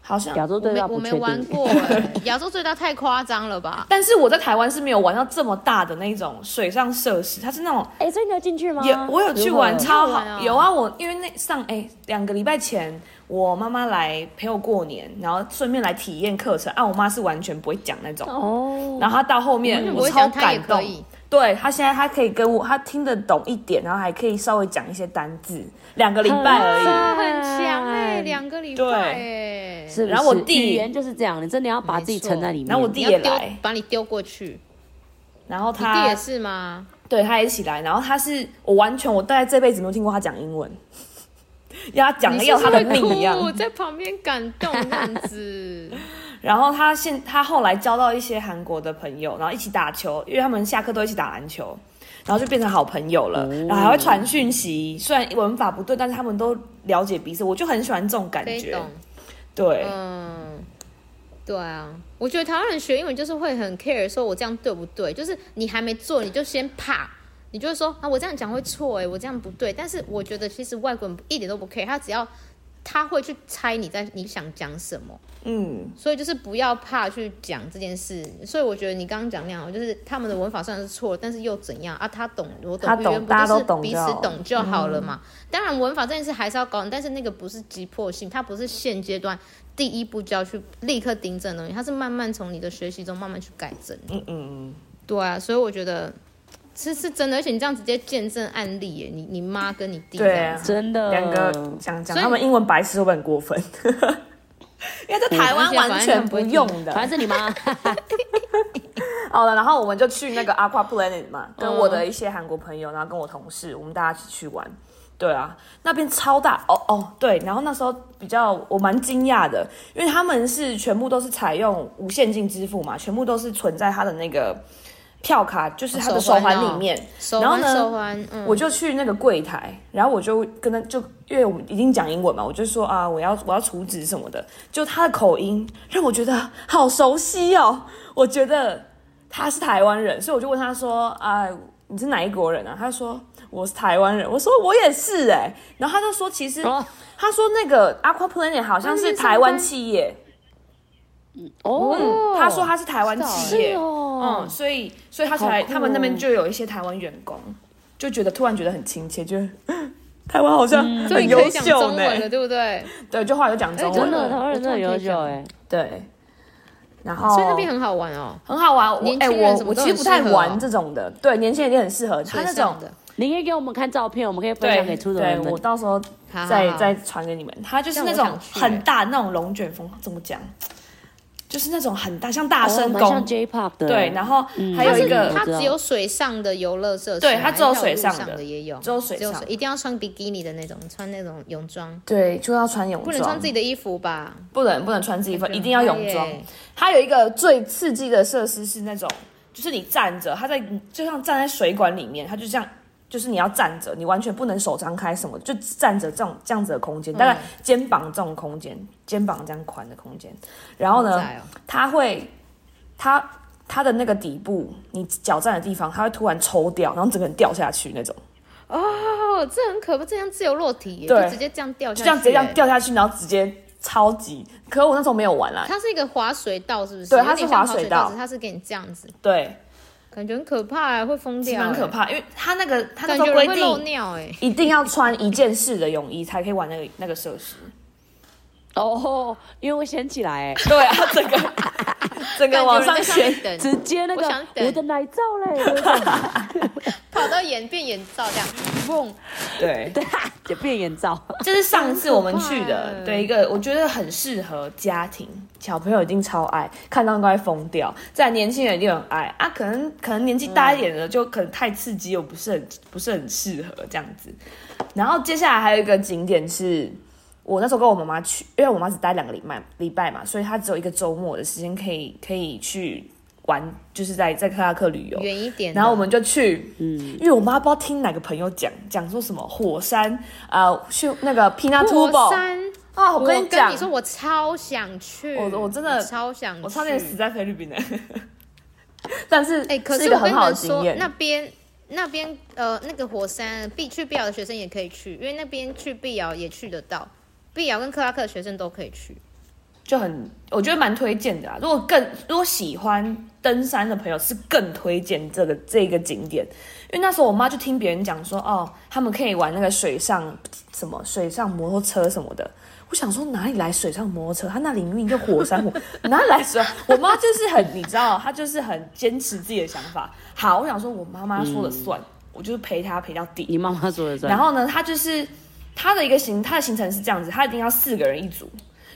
Speaker 3: 好像
Speaker 1: 亚洲
Speaker 2: 我
Speaker 1: 对
Speaker 2: 没
Speaker 1: 话
Speaker 2: 我
Speaker 1: 不
Speaker 2: 没
Speaker 1: 确
Speaker 2: 玩
Speaker 1: 定。
Speaker 2: 过哎、亚洲最大太夸张了吧？
Speaker 3: 但是我在台湾是没有玩到这么大的那种水上设施，它是那种
Speaker 1: 哎，所以你要进去吗？
Speaker 3: 也我有去
Speaker 1: 如何
Speaker 3: 玩，超
Speaker 2: 啊你有玩
Speaker 3: 好。
Speaker 2: 哦
Speaker 3: 有啊，我因为那上哎两个礼拜前，我妈妈来陪我过年，然后顺便来体验课程。啊，我妈是完全不会讲那种，
Speaker 1: 哦，
Speaker 3: 然后她到后
Speaker 2: 完
Speaker 3: 面
Speaker 2: 全不
Speaker 3: 我
Speaker 2: 会
Speaker 3: 超
Speaker 2: 讲她也
Speaker 3: 感
Speaker 2: 可
Speaker 3: 动。
Speaker 2: 以，
Speaker 3: 对她现在她可以跟我，她听得懂一点，然后还可以稍微讲一些单字，两个礼拜而已。
Speaker 2: 哇，很强哎、两个礼拜
Speaker 3: 对
Speaker 2: 哎、
Speaker 1: 是不是，
Speaker 3: 然后我弟
Speaker 1: 语言就是这样，你真的要把自己
Speaker 2: 没错
Speaker 1: 沉在里面。
Speaker 3: 然后我弟
Speaker 2: 你要
Speaker 3: 也
Speaker 2: 丢
Speaker 3: 来
Speaker 2: 把你丢过去，
Speaker 3: 然后
Speaker 2: 你弟
Speaker 3: 她
Speaker 2: 也是吗？
Speaker 3: 对她一起来，然后她是我完全我大概这辈子没有听过她讲英文， 要她讲
Speaker 2: 你
Speaker 3: 的
Speaker 2: 是
Speaker 3: 要
Speaker 2: 不是
Speaker 3: 她的
Speaker 2: 会
Speaker 3: 命一样。
Speaker 2: 哭，在旁边感动这样子，
Speaker 3: 然后他现他后来交到一些韩国的朋友，然后一起打球，因为他们下课都一起打篮球，然后就变成好朋友
Speaker 2: 哦
Speaker 3: 了。然后还会传讯息，虽然文法不对，但是他们都了解彼此，我就很喜欢这种感
Speaker 2: 可以
Speaker 3: 觉
Speaker 2: 懂。。
Speaker 3: 对，
Speaker 2: 嗯，对啊，我觉得台湾人学英文就是会很 care，说我这样对不对？就是你还没做，你就先怕，你就会说啊，我这样讲会错哎、我这样不对。但是我觉得其实外国人一点都不 care，他只要他会去猜你在你想讲什么，
Speaker 3: 嗯，
Speaker 2: 所以就是不要怕去讲这件事。所以我觉得你刚刚讲那样，就是他们的文法虽然是错，但是又怎样啊？他懂，我懂，
Speaker 3: 他
Speaker 2: 不
Speaker 3: 懂
Speaker 2: 冤不
Speaker 3: 大家
Speaker 2: 就
Speaker 3: 都
Speaker 2: 是
Speaker 3: 懂
Speaker 2: 彼
Speaker 3: 就
Speaker 2: 此
Speaker 3: 好嗯
Speaker 2: 懂就好了嘛。当然，文法这件事还是要搞，但是那个不是急迫性，它不是现阶段第一步就要去立刻订正的东西，它是慢慢从你的学习中慢慢去改正。嗯嗯嗯，对啊，所以我觉得。这是真的，而且你这样直接见证案例耶，你你妈跟你弟这
Speaker 3: 对
Speaker 2: 样
Speaker 3: 啊
Speaker 2: 子，
Speaker 1: 真的
Speaker 3: 两个
Speaker 1: 嗯
Speaker 3: 讲
Speaker 2: 所
Speaker 3: 讲
Speaker 2: 以
Speaker 3: 他们英文白痴会不会很过分？ 因为在台湾完全不用
Speaker 1: 反
Speaker 3: 的。
Speaker 1: 正是你妈。
Speaker 3: 好了，然后我们就去那个 Aqua Planet 嘛，跟我的一些韩国朋友，然后跟我同事，我们大家一起去玩。对啊，那边超大哦哦，对，然后那时候比较我蛮惊讶的，因为他们是全部都是采用无现金支付嘛，全部都是存在他的那个票卡，就是他的手环里面。
Speaker 2: 手
Speaker 3: 然后
Speaker 2: 环
Speaker 3: 呢
Speaker 2: 手环，嗯，
Speaker 3: 我就去那个柜台，然后我就跟他就因为我们已经讲英文嘛，我就说啊，我要我要储值什么的，就他的口音让我觉得好熟悉哦，我觉得他是台湾人，所以我就问他说啊，你是哪一国人啊？他说我是台湾人，我说我也是哎、然后他就说其实、
Speaker 1: 哦
Speaker 3: 他说那个 Aqua Planet 好像是台湾企业，
Speaker 1: 哦，
Speaker 2: 哦
Speaker 3: 嗯他说他是台湾企业，
Speaker 1: 是哦
Speaker 3: 嗯，所以所以他才、
Speaker 1: 好酷哦
Speaker 3: 他们那边就有一些台湾员工，就觉得突然觉得很亲切，就是 台湾好像
Speaker 2: 所以
Speaker 3: 很
Speaker 2: 你可
Speaker 3: 优
Speaker 2: 以讲中
Speaker 3: 秀呢、
Speaker 2: 文了，对不对？
Speaker 3: 对，就后来就讲中
Speaker 2: 哎
Speaker 3: 文
Speaker 1: 真
Speaker 3: 了，
Speaker 1: 的，哦台湾人真的优秀哎。
Speaker 3: 对，然后
Speaker 2: 所以那边很好玩哦，
Speaker 3: 很好玩，我
Speaker 2: 年
Speaker 3: 哎、
Speaker 2: 轻人
Speaker 3: 我
Speaker 2: 什么
Speaker 3: 我
Speaker 2: 都
Speaker 3: 其实
Speaker 2: 很
Speaker 3: 不太
Speaker 2: 适合哦
Speaker 3: 玩这种的，对，年轻人也很适合，他
Speaker 2: 水
Speaker 3: 那
Speaker 2: 上
Speaker 3: 种
Speaker 2: 的，
Speaker 1: 你可以给我们看照片，我们可以分
Speaker 3: 对
Speaker 1: 享给出走
Speaker 3: 对
Speaker 1: 人，们
Speaker 3: 我。到时候
Speaker 2: 好
Speaker 3: 再
Speaker 2: 好好
Speaker 3: 再传给你们。它就是那
Speaker 2: 这样
Speaker 3: 种
Speaker 2: 我想去
Speaker 3: 很大那种龙卷风，怎么讲？就是那种很大，像大
Speaker 1: 哦
Speaker 3: 声
Speaker 1: 蛮
Speaker 3: 宫、
Speaker 1: 像 J-pop 的。
Speaker 3: 对，然后还有
Speaker 2: 它
Speaker 3: 一
Speaker 2: 是
Speaker 3: 个
Speaker 1: 我
Speaker 2: 它
Speaker 1: 知道
Speaker 2: 只有水上的游乐设施，啊
Speaker 3: 对它只有
Speaker 2: 还有
Speaker 3: 水
Speaker 2: 路
Speaker 3: 上
Speaker 2: 上
Speaker 3: 的
Speaker 2: 也有，
Speaker 3: 只有水上
Speaker 2: 一定要穿比基尼的那种，穿那种泳装，
Speaker 3: 对，就要穿泳装，
Speaker 2: 不能穿自己的衣服吧？
Speaker 3: 不能不能穿自己份，一定要泳
Speaker 2: 很
Speaker 3: 装
Speaker 2: 嗨耶。
Speaker 3: 它有一个最刺激的设施是那种，就是你站着，它在就像站在水管里面，它就这样，就是你要站着，你完全不能手张开什么，就站着这种这样子的空间，大概肩膀这种空间，肩膀这样宽的空间。然后
Speaker 2: 好
Speaker 3: 呢
Speaker 2: 窄哦，
Speaker 3: 它会它。它的那个底部，你脚站的地方，它会突然抽掉，然后整个人掉下去那种，
Speaker 2: 哦，这很可怕，这样自由落体耶，
Speaker 3: 对
Speaker 2: 就直接这样掉下
Speaker 3: 就
Speaker 2: 去，
Speaker 3: 这样直接这样，掉下去，然后直接超级。可是我那时候没有玩啦，
Speaker 2: 它是一个滑水道，是不是？
Speaker 3: 对
Speaker 2: 有
Speaker 3: 它是
Speaker 2: 点像
Speaker 3: 滑
Speaker 2: 滑
Speaker 3: 水
Speaker 2: 水
Speaker 3: 道
Speaker 2: 只是它是给你这样子，
Speaker 3: 对，
Speaker 2: 感觉很可怕、欸，会疯
Speaker 3: 是
Speaker 2: 掉、欸，
Speaker 3: 蛮可，怕，因为他那个他
Speaker 2: 感
Speaker 3: 那时候
Speaker 2: 觉
Speaker 3: 规
Speaker 2: 人会漏
Speaker 3: 定
Speaker 2: 尿哎、欸。
Speaker 3: 一定要穿一件式的泳衣才可以玩那个那个设 施。
Speaker 1: 哦，因为会掀起来、欸，
Speaker 3: 对啊，整个整个往上
Speaker 2: 感觉人在
Speaker 3: 掀
Speaker 2: 面，等，
Speaker 1: 直接那个
Speaker 2: 我想等
Speaker 1: 我的奶罩嘞，有一种
Speaker 2: 跑到眼变眼罩这样，蹦，
Speaker 3: 对。
Speaker 1: 对啊，就变眼罩。
Speaker 3: 这是上次我们
Speaker 2: 很
Speaker 3: 去
Speaker 2: 可
Speaker 3: 的，
Speaker 2: 怕欸
Speaker 3: 对一个我觉得很适合家庭，小朋友一定超爱，看到应该疯掉。再来年轻人一定很爱啊，可能可能年纪大一点
Speaker 2: 嗯
Speaker 3: 的就可能太刺激，又不是很不是很适合这样子。然后接下来还有一个景点是。我那时候跟我妈妈去，因为我妈只待两个礼拜礼拜嘛，所以她只有一个周末的时间可以可以去玩，就是在在克拉克旅游。
Speaker 2: 远一点的。
Speaker 3: 然后我们就去，嗯，因为我妈不知道听哪个朋友讲讲说什么火山啊、呃去那个 Pina
Speaker 2: 火
Speaker 3: Tubo
Speaker 2: 山，
Speaker 3: 啊，
Speaker 2: 我
Speaker 3: 我跟
Speaker 2: 你
Speaker 3: 讲，
Speaker 2: 说我超想去，
Speaker 3: 我我真的
Speaker 2: 超想去，
Speaker 3: 我差点死在菲律宾呢， 但是
Speaker 2: 哎、可
Speaker 3: 一
Speaker 2: 是
Speaker 3: 个
Speaker 2: 我跟
Speaker 3: 很
Speaker 2: 你
Speaker 3: 好的
Speaker 2: 们
Speaker 3: 经
Speaker 2: 说，
Speaker 3: 验
Speaker 2: 那。边那边呃那个火山必去碧瑶的学生也可以去，因为那边去碧瑶也去得到，碧瑶跟克拉克的学生都可以去。
Speaker 3: 就很，我觉得蛮推荐的啦。啊如果更如果喜欢登山的朋友，是更推荐这个这个景点，因为那时候我妈就听别人讲说，哦，他们可以玩那个水上什么水上摩托车什么的。我想说哪里来水上摩托车？他那里明明就火山火，哪里来水上？我妈就是很，你知道，她就是很坚持自己的想法。好，我想说我妈妈说了算，我就是陪她陪到底。
Speaker 1: 你妈妈说的算。
Speaker 3: 然后呢，他就是他的一个行，他的行程是这样子，他一定要四个人一组，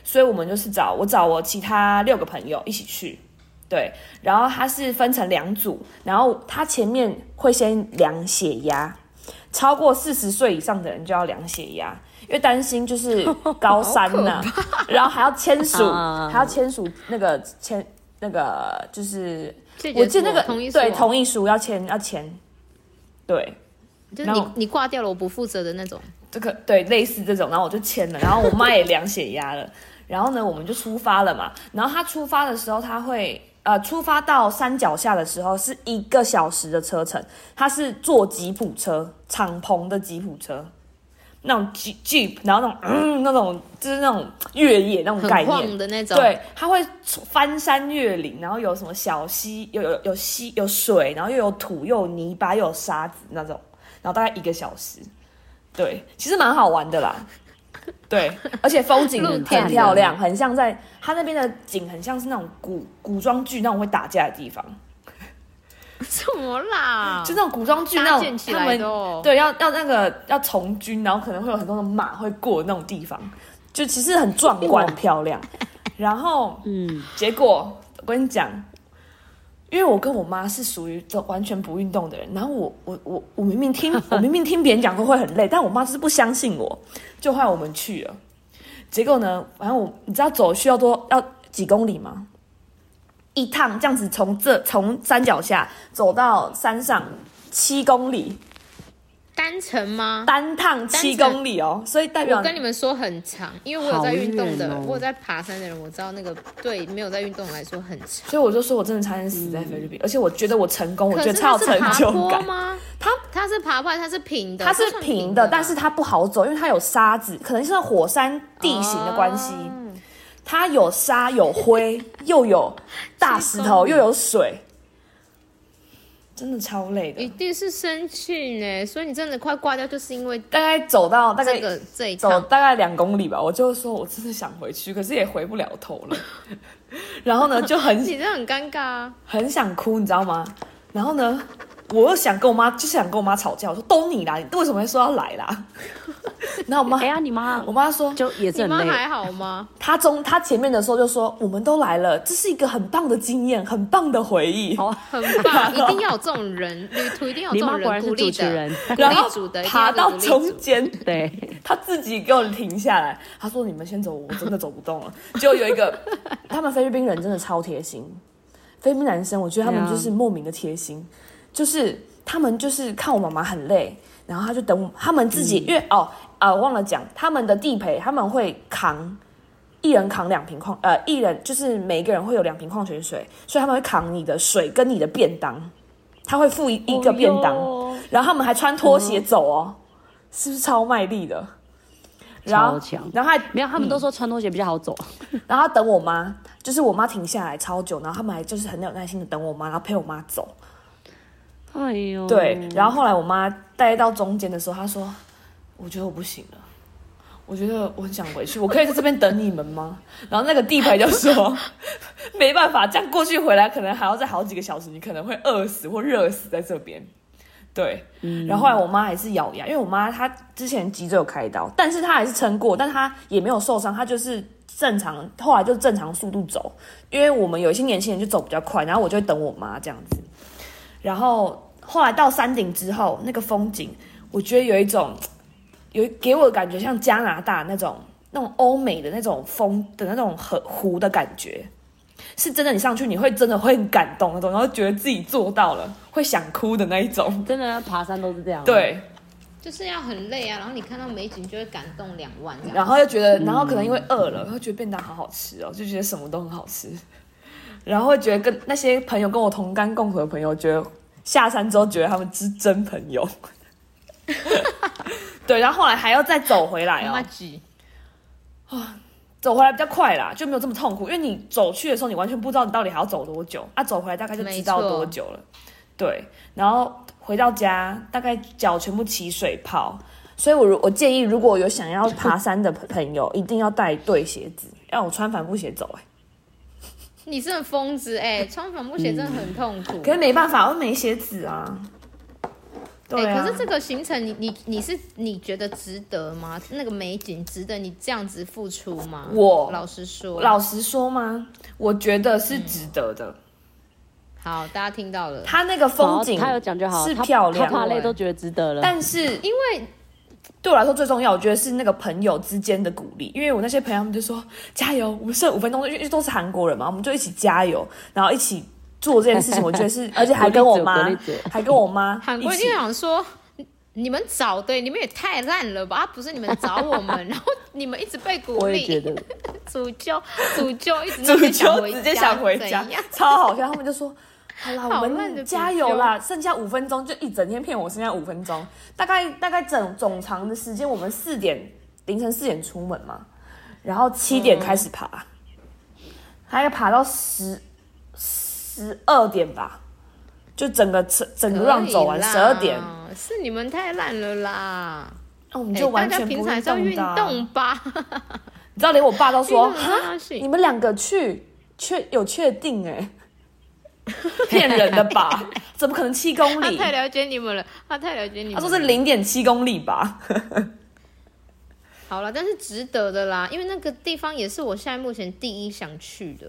Speaker 3: 所以我们就是找我找我其他六个朋友一起去，对，然后他是分成两组，然后他前面会先量血压，超过四十岁以上的人就要量血压。因为担心就是高山呐、然后还要签署，
Speaker 1: 啊
Speaker 3: 还要签署那个签那个就是，
Speaker 2: 拒绝
Speaker 3: 我记得那个
Speaker 2: 同意
Speaker 3: 对
Speaker 2: 书啊
Speaker 3: 同意书要签要签，对，
Speaker 2: 就是
Speaker 3: 然
Speaker 2: 你
Speaker 3: 后
Speaker 2: 你挂掉了，我不负责的那种。
Speaker 3: 这个对类似这种，然后我就签了，然后我妈也量血压了， 然后呢我们就出发了嘛。然后她出发的时候，她会呃出发到山脚下的时候是一个小时的车程，她是坐吉普车，敞篷的吉普车，那种 Jeep Jeep，然后那种嗯那种就是那种越野那种概
Speaker 2: 很
Speaker 3: 念，
Speaker 2: 晃的那种，
Speaker 3: 对，它会翻山越岭，然后有什么小溪，有有有溪，有水，然后又有土，又有泥巴，又有沙子那种，然后大概一个小时，对，其实蛮好玩的啦。对，而且风景
Speaker 2: 路
Speaker 3: 很
Speaker 2: 感
Speaker 3: 很漂亮，很像在它那边的景，很像是那种古古装剧那种会打架的地方，
Speaker 2: 什么啦？
Speaker 3: 就那种古装剧那
Speaker 2: 搭建
Speaker 3: 种
Speaker 2: 起
Speaker 3: 他
Speaker 2: 来
Speaker 3: 们
Speaker 2: 的哦。
Speaker 3: 对要要那个要从军，然后可能会有很多的马会过那种地方，就其实很壮观、很漂 亮。然后
Speaker 1: 嗯，
Speaker 3: 结果我跟你讲，因为我跟我妈是属于这完全不运动的人，然后我我我我明 明听我明明听别人讲说会很累，但我妈就是不相信我，就害我们去了。结果呢，反正我你知道走需要多要几公里吗？一趟这样子从这从山脚下走到山上七公里，
Speaker 2: 单程吗？
Speaker 3: 单趟七
Speaker 2: 单程
Speaker 3: 公里哦，所以代表
Speaker 2: 我跟你们说很长，因为我有在运动的，
Speaker 1: 好远哦
Speaker 2: 我有在爬山的人，我知道那个对没有在运动来说很长。
Speaker 3: 所以我就说我真的差点死在菲律宾，而且我觉得我成功，我
Speaker 2: 可
Speaker 3: 觉得
Speaker 2: 是
Speaker 3: 超有
Speaker 2: 它是
Speaker 3: 成
Speaker 2: 爬
Speaker 3: 就
Speaker 2: 坡
Speaker 3: 感。
Speaker 2: 吗？
Speaker 3: 它
Speaker 2: 它是爬坡还是它是平的？
Speaker 3: 它是
Speaker 2: 算
Speaker 3: 平
Speaker 2: 的
Speaker 3: 的，
Speaker 2: 吧，
Speaker 3: 但是它不好走，因为它有沙子，可能是火山地形的关系，
Speaker 2: 哦
Speaker 3: 它有沙 有灰，又有大石头，又有水，真的超累
Speaker 2: 一
Speaker 3: 的。
Speaker 2: 定是生气呢，所以你真的快挂掉，就是因为
Speaker 3: 大概走到大概、
Speaker 2: 这个这一
Speaker 3: 走
Speaker 2: 趟。
Speaker 3: 大概两公里吧，我就说我真的想回去，可是也回不了头 了。然后呢，就很
Speaker 2: 你这很尴尬啊！
Speaker 3: 很想哭，你知道吗？然后呢，我又想跟我妈，就是想跟我妈吵架，我说都你啦，你为什么会说要来啦？ 然后我妈
Speaker 1: 哎，呀，你妈
Speaker 3: 我妈说，
Speaker 1: 就也
Speaker 2: 你
Speaker 1: 是
Speaker 2: 妈
Speaker 1: 很累。
Speaker 2: 还好吗？
Speaker 3: 她中她前面的时候就说我们都来了，这是一个很棒的经验，很棒的回忆。
Speaker 1: 哦，
Speaker 2: 很棒，一定要有这种人，旅途一定要有
Speaker 1: 你
Speaker 2: 这种
Speaker 1: 妈果然
Speaker 2: 人，鼓
Speaker 1: 是
Speaker 2: 励
Speaker 1: 主持
Speaker 2: 的
Speaker 1: 人，
Speaker 2: 鼓
Speaker 3: 然
Speaker 2: 励
Speaker 3: 后
Speaker 2: 组的，一定要
Speaker 3: 爬
Speaker 2: 有
Speaker 3: 到
Speaker 2: 鼓励组
Speaker 3: 中间，
Speaker 1: 对，
Speaker 3: 她自己给我停下来，她说：“你们先走，我真的走不动了。”就有一 个，他们菲律宾人真的超贴心，菲律宾男生，我觉得他们
Speaker 1: 对啊
Speaker 3: 就是莫名的贴心，就是他们就是看我妈妈很累，然后他就等我，他们
Speaker 1: 嗯
Speaker 3: 自己、因为哦啊、忘了讲，他们的地陪他们会扛。一人扛两瓶矿，呃，一人就是每个人会有两瓶矿泉水，所以他们会扛你的水跟你的便当，他会付一一个便当，
Speaker 1: 哦哟
Speaker 3: 然后他们还穿拖鞋走哦，是不是超卖力的？然后
Speaker 1: 超强
Speaker 3: 然后还
Speaker 1: 没有，他们都说穿拖鞋比较好走。
Speaker 3: 然后他等我妈，就是我妈停下来超久，然后他们还就是很有耐心的等我妈，然后陪我妈走。
Speaker 1: 哎呦，
Speaker 3: 对，然后后来我妈带到中间的时候，她说：“我觉得我不行了，我觉得我很想回去，我可以在这边等你们吗？”然后那个地陪就说：“没办法，这样过去回来可能还要再好几个小时，你可能会饿死或热死在这边。”对，然后后来我妈还是咬牙，因为我妈她之前脊椎有开刀，但是她还是撑过，但她也没有受伤，她就是正常，后来就正常速度走，因为我们有一些年轻人就走比较快，然后我就会等我妈这样子，然后后来到山顶之后，那个风景，我觉得有一种有给我的感觉像加拿大那种那种欧美的那种风的那种河湖的感觉，是真的，你上去你会真的会很感动那种，然后觉得自己做到了，会想哭的那一种。
Speaker 1: 真的爬山都是这样。，
Speaker 3: 对，
Speaker 2: 就是要很累啊，然后你看到美景就会感动两万这样。
Speaker 3: 然后又觉得，然后可能因为饿了，会觉得便当好好吃哦，就觉得什么都很好吃， 然后会觉得跟那些朋友跟我同甘共苦的朋友，觉得下山之后觉得他们是真朋友。 对，然后后来还要再走回来
Speaker 2: 妈
Speaker 3: 哦
Speaker 2: 妈，挤，
Speaker 3: 走回来比较快啦，就没有这么痛苦，因为你走去的时候，你完全不知道你到底还要走多久啊，走回来大概就知道
Speaker 2: 没错
Speaker 3: 多久了。对，然后回到家，大概脚全部起水泡，所以我如我建议，如果有想要爬山的朋友，一定要带对鞋子，要我穿帆布鞋走、欸。
Speaker 2: 你是很疯子哎、穿帆布鞋真的很痛苦。
Speaker 3: 可是没办法，我没鞋子啊。对
Speaker 2: 哎
Speaker 3: 啊，
Speaker 2: 可是这个行程你，你你是你觉得值得吗？那个美景值得你这样子付出吗？
Speaker 3: 我
Speaker 2: 老实说，
Speaker 3: 老实说吗？我觉得是值得的。
Speaker 2: 好，大家听到了，
Speaker 3: 它那个风景，
Speaker 1: 哦他有讲就好，
Speaker 3: 是
Speaker 1: 他
Speaker 3: 漂亮
Speaker 1: 他爬累都觉得值得了。
Speaker 3: 但是
Speaker 2: 因为
Speaker 3: 对我来说最重要，我觉得是那个朋友之间的鼓励，因为我那些朋友他们就说加油，我们剩五分钟，因为因为都是韩国人嘛，我们就一起加油，然后一起做这件事情，我觉得是，而且还跟我妈
Speaker 1: 鼓励者鼓励者，
Speaker 3: 还跟我妈
Speaker 2: 韩国
Speaker 3: 一
Speaker 2: 人
Speaker 3: 起
Speaker 2: 就，想说，你你们找对，你们也太烂了吧？啊不是你们找我们，然后你们一直被鼓
Speaker 1: 我也觉
Speaker 2: 励，
Speaker 1: 得，
Speaker 2: 主教主 教一直
Speaker 3: 主
Speaker 2: 弄你
Speaker 3: 就直接想回
Speaker 2: 怎
Speaker 3: 家
Speaker 2: 样？，
Speaker 3: 超好笑，他们 就说。好啦，
Speaker 2: 好
Speaker 3: 我
Speaker 2: 烂的
Speaker 3: 们
Speaker 2: 主
Speaker 3: 加油啦！剩下五分钟，就一整天骗我，剩下五分钟，大概大概整总长的时间，我们四点凌晨四点出门嘛，然后七点开始爬，还要爬到十十二点吧，就整个整整个让走完
Speaker 2: 可以啦
Speaker 3: 十二点，
Speaker 2: 是你们太烂了啦！
Speaker 3: 那我们
Speaker 2: 哎
Speaker 3: 就完
Speaker 2: 大家
Speaker 3: 全
Speaker 2: 平
Speaker 3: 不
Speaker 2: 常还
Speaker 3: 运
Speaker 2: 是要运
Speaker 3: 动的啊、
Speaker 2: 动吧。
Speaker 3: 你知道，连我爸都说
Speaker 2: 运动真的要醒
Speaker 3: 你们两个去确有确定哎、 骗人的吧？怎么可能七公
Speaker 2: 他
Speaker 3: 里？
Speaker 2: 啊太了解你们了，他太了解你们
Speaker 3: 他
Speaker 2: 了。
Speaker 3: 说是零点七公里吧？
Speaker 2: 好了，但是值得的啦，因为那个地方也是我现在目前第一想去的，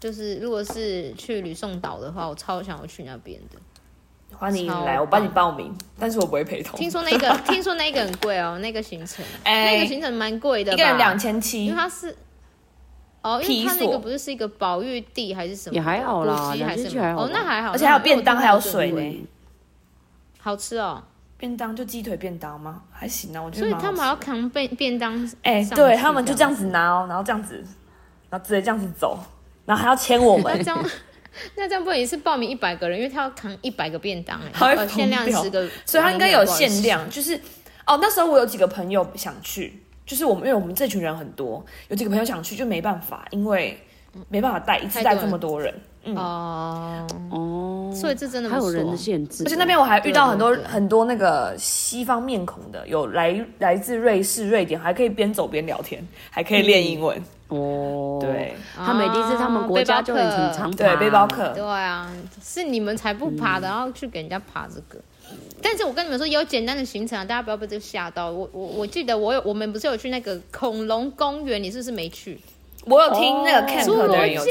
Speaker 2: 就是如果是去吕宋岛的话，我超想要去那边的。
Speaker 3: 欢迎
Speaker 2: 超
Speaker 3: 来，我帮你报名，但是我不会陪同。
Speaker 2: 听说那 个，听说那个很贵哦、那个行程，
Speaker 3: 哎
Speaker 2: 那个行程蛮贵的吧，
Speaker 3: 一个人两千
Speaker 2: 因
Speaker 3: 七
Speaker 2: 为，它是。哦，因
Speaker 3: 皮
Speaker 2: 为它那
Speaker 3: 索
Speaker 2: 个不是是一个保育地还是什么的，
Speaker 1: 也还好啦
Speaker 2: 古迹还是什
Speaker 1: 两千七还
Speaker 2: 么？
Speaker 1: 好吧
Speaker 2: 哦，那还好，
Speaker 3: 而且还有便当，
Speaker 2: 那
Speaker 3: 还
Speaker 2: 还
Speaker 3: 有
Speaker 2: 好
Speaker 3: 水
Speaker 2: 那我就
Speaker 3: 呢。
Speaker 2: 好吃哦。
Speaker 3: 便当就鸡腿便当吗？还行啊，我觉
Speaker 2: 所
Speaker 3: 得
Speaker 2: 以
Speaker 3: 蛮好
Speaker 2: 他
Speaker 3: 吃
Speaker 2: 们
Speaker 3: 的。
Speaker 2: 还要扛便便当上去，
Speaker 3: 哎、对他们就这样子拿哦，然后这样子，然后直接这样子走，然后还要牵我
Speaker 2: 那
Speaker 3: 们
Speaker 2: 这。样，那这样不能也是报名一百个人，因为他要扛一百个便当哎、
Speaker 3: 他会
Speaker 2: 呃
Speaker 3: 疯
Speaker 2: 限量
Speaker 3: 掉
Speaker 2: 十个，
Speaker 3: 所以它应该有限
Speaker 2: 不好意思。
Speaker 3: 量，就是哦，那时候我有几个朋友想去，就是我们因为我们这群人很多，有几个朋友想去就没办法，因为
Speaker 2: 嗯
Speaker 3: 没办法带一次带这么多人，嗯，
Speaker 2: 哦、
Speaker 1: 哦，
Speaker 2: 所以这真的
Speaker 1: 还有人的
Speaker 2: 不错
Speaker 1: 限制，
Speaker 3: 而且那边我还遇到很多
Speaker 2: 对对对
Speaker 3: 很多那个西方面孔的，有来来自瑞士、瑞典，还可以边走边聊天，还可以练英文，
Speaker 1: 哦，
Speaker 3: 对
Speaker 1: 他每第一次他们国家就很很常爬
Speaker 3: 对，背包。客
Speaker 2: 对啊，是你们才不爬的，然后去给人家爬这个。但是我跟你们说，有简单的行程啊，大家不要被这个吓到。我我我记得我有，我们不是有去那个恐龙公园，你是不是没去？
Speaker 3: 我有听
Speaker 2: 哦
Speaker 3: 那个 camp 的人有去，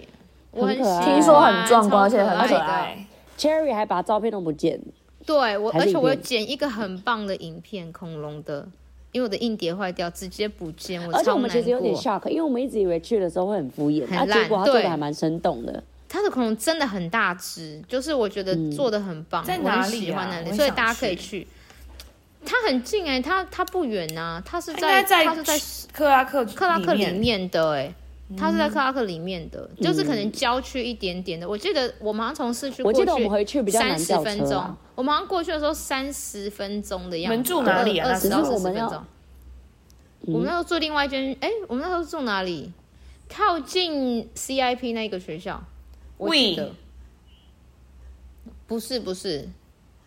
Speaker 2: 去，我很
Speaker 1: 很可爱
Speaker 2: 喜欢
Speaker 3: 听说很壮观，而且很
Speaker 2: 超
Speaker 3: 可
Speaker 2: 可的。
Speaker 3: 爱。
Speaker 1: Cherry 还把照片都不见，
Speaker 2: 对我，
Speaker 1: 还
Speaker 2: 而
Speaker 1: 是
Speaker 2: 且我有
Speaker 1: 影片
Speaker 2: 剪一个很棒的影片，恐龙的，因为我的硬碟坏掉，直接不见，我
Speaker 1: 而且
Speaker 2: 超
Speaker 1: 我们其
Speaker 2: 难
Speaker 1: 实有点
Speaker 2: 过。
Speaker 1: shock，因为我们一直以为去的时候会很敷衍，
Speaker 2: 很
Speaker 1: 啊，
Speaker 2: 烂
Speaker 1: 结果他做
Speaker 2: 对
Speaker 1: 的还蛮生动的。
Speaker 2: 它的恐龙真的很大只，就是我觉得做的很棒，
Speaker 3: 在
Speaker 2: 我
Speaker 3: 哪
Speaker 2: 很
Speaker 3: 里
Speaker 2: 喜欢
Speaker 3: 啊
Speaker 2: 那
Speaker 3: 我
Speaker 2: 里，
Speaker 3: 也
Speaker 2: 所以
Speaker 3: 想
Speaker 2: 大家可以
Speaker 3: 去
Speaker 2: 去。它很近哎、它它不远呐、它是
Speaker 3: 应该
Speaker 2: 在
Speaker 3: 哎在
Speaker 2: 它是在
Speaker 3: 克拉克
Speaker 2: 克拉克里
Speaker 3: 面
Speaker 2: 面的哎、
Speaker 1: 嗯
Speaker 2: 它是在克拉克里面的，就是可能郊区一点点的。我记得我们好像从市区
Speaker 1: 我
Speaker 2: 过
Speaker 1: 记得我们回
Speaker 2: 去
Speaker 1: 去比较难
Speaker 2: 三十
Speaker 1: 叫
Speaker 2: 分
Speaker 1: 车
Speaker 2: 钟
Speaker 1: 啊，，
Speaker 2: 我们好像过去的时候三十分钟的样子吧。
Speaker 3: 你们住哪里啊
Speaker 2: 二
Speaker 3: 那
Speaker 2: 十
Speaker 3: 时
Speaker 2: 到
Speaker 3: 候
Speaker 2: 四十
Speaker 1: 我们
Speaker 2: 分
Speaker 1: 要嗯
Speaker 2: 钟。我们那时候住另外一间，哎、我们那时候住哪里？靠近 CIP 那一个学校，我记
Speaker 3: We
Speaker 2: 得。不是不是，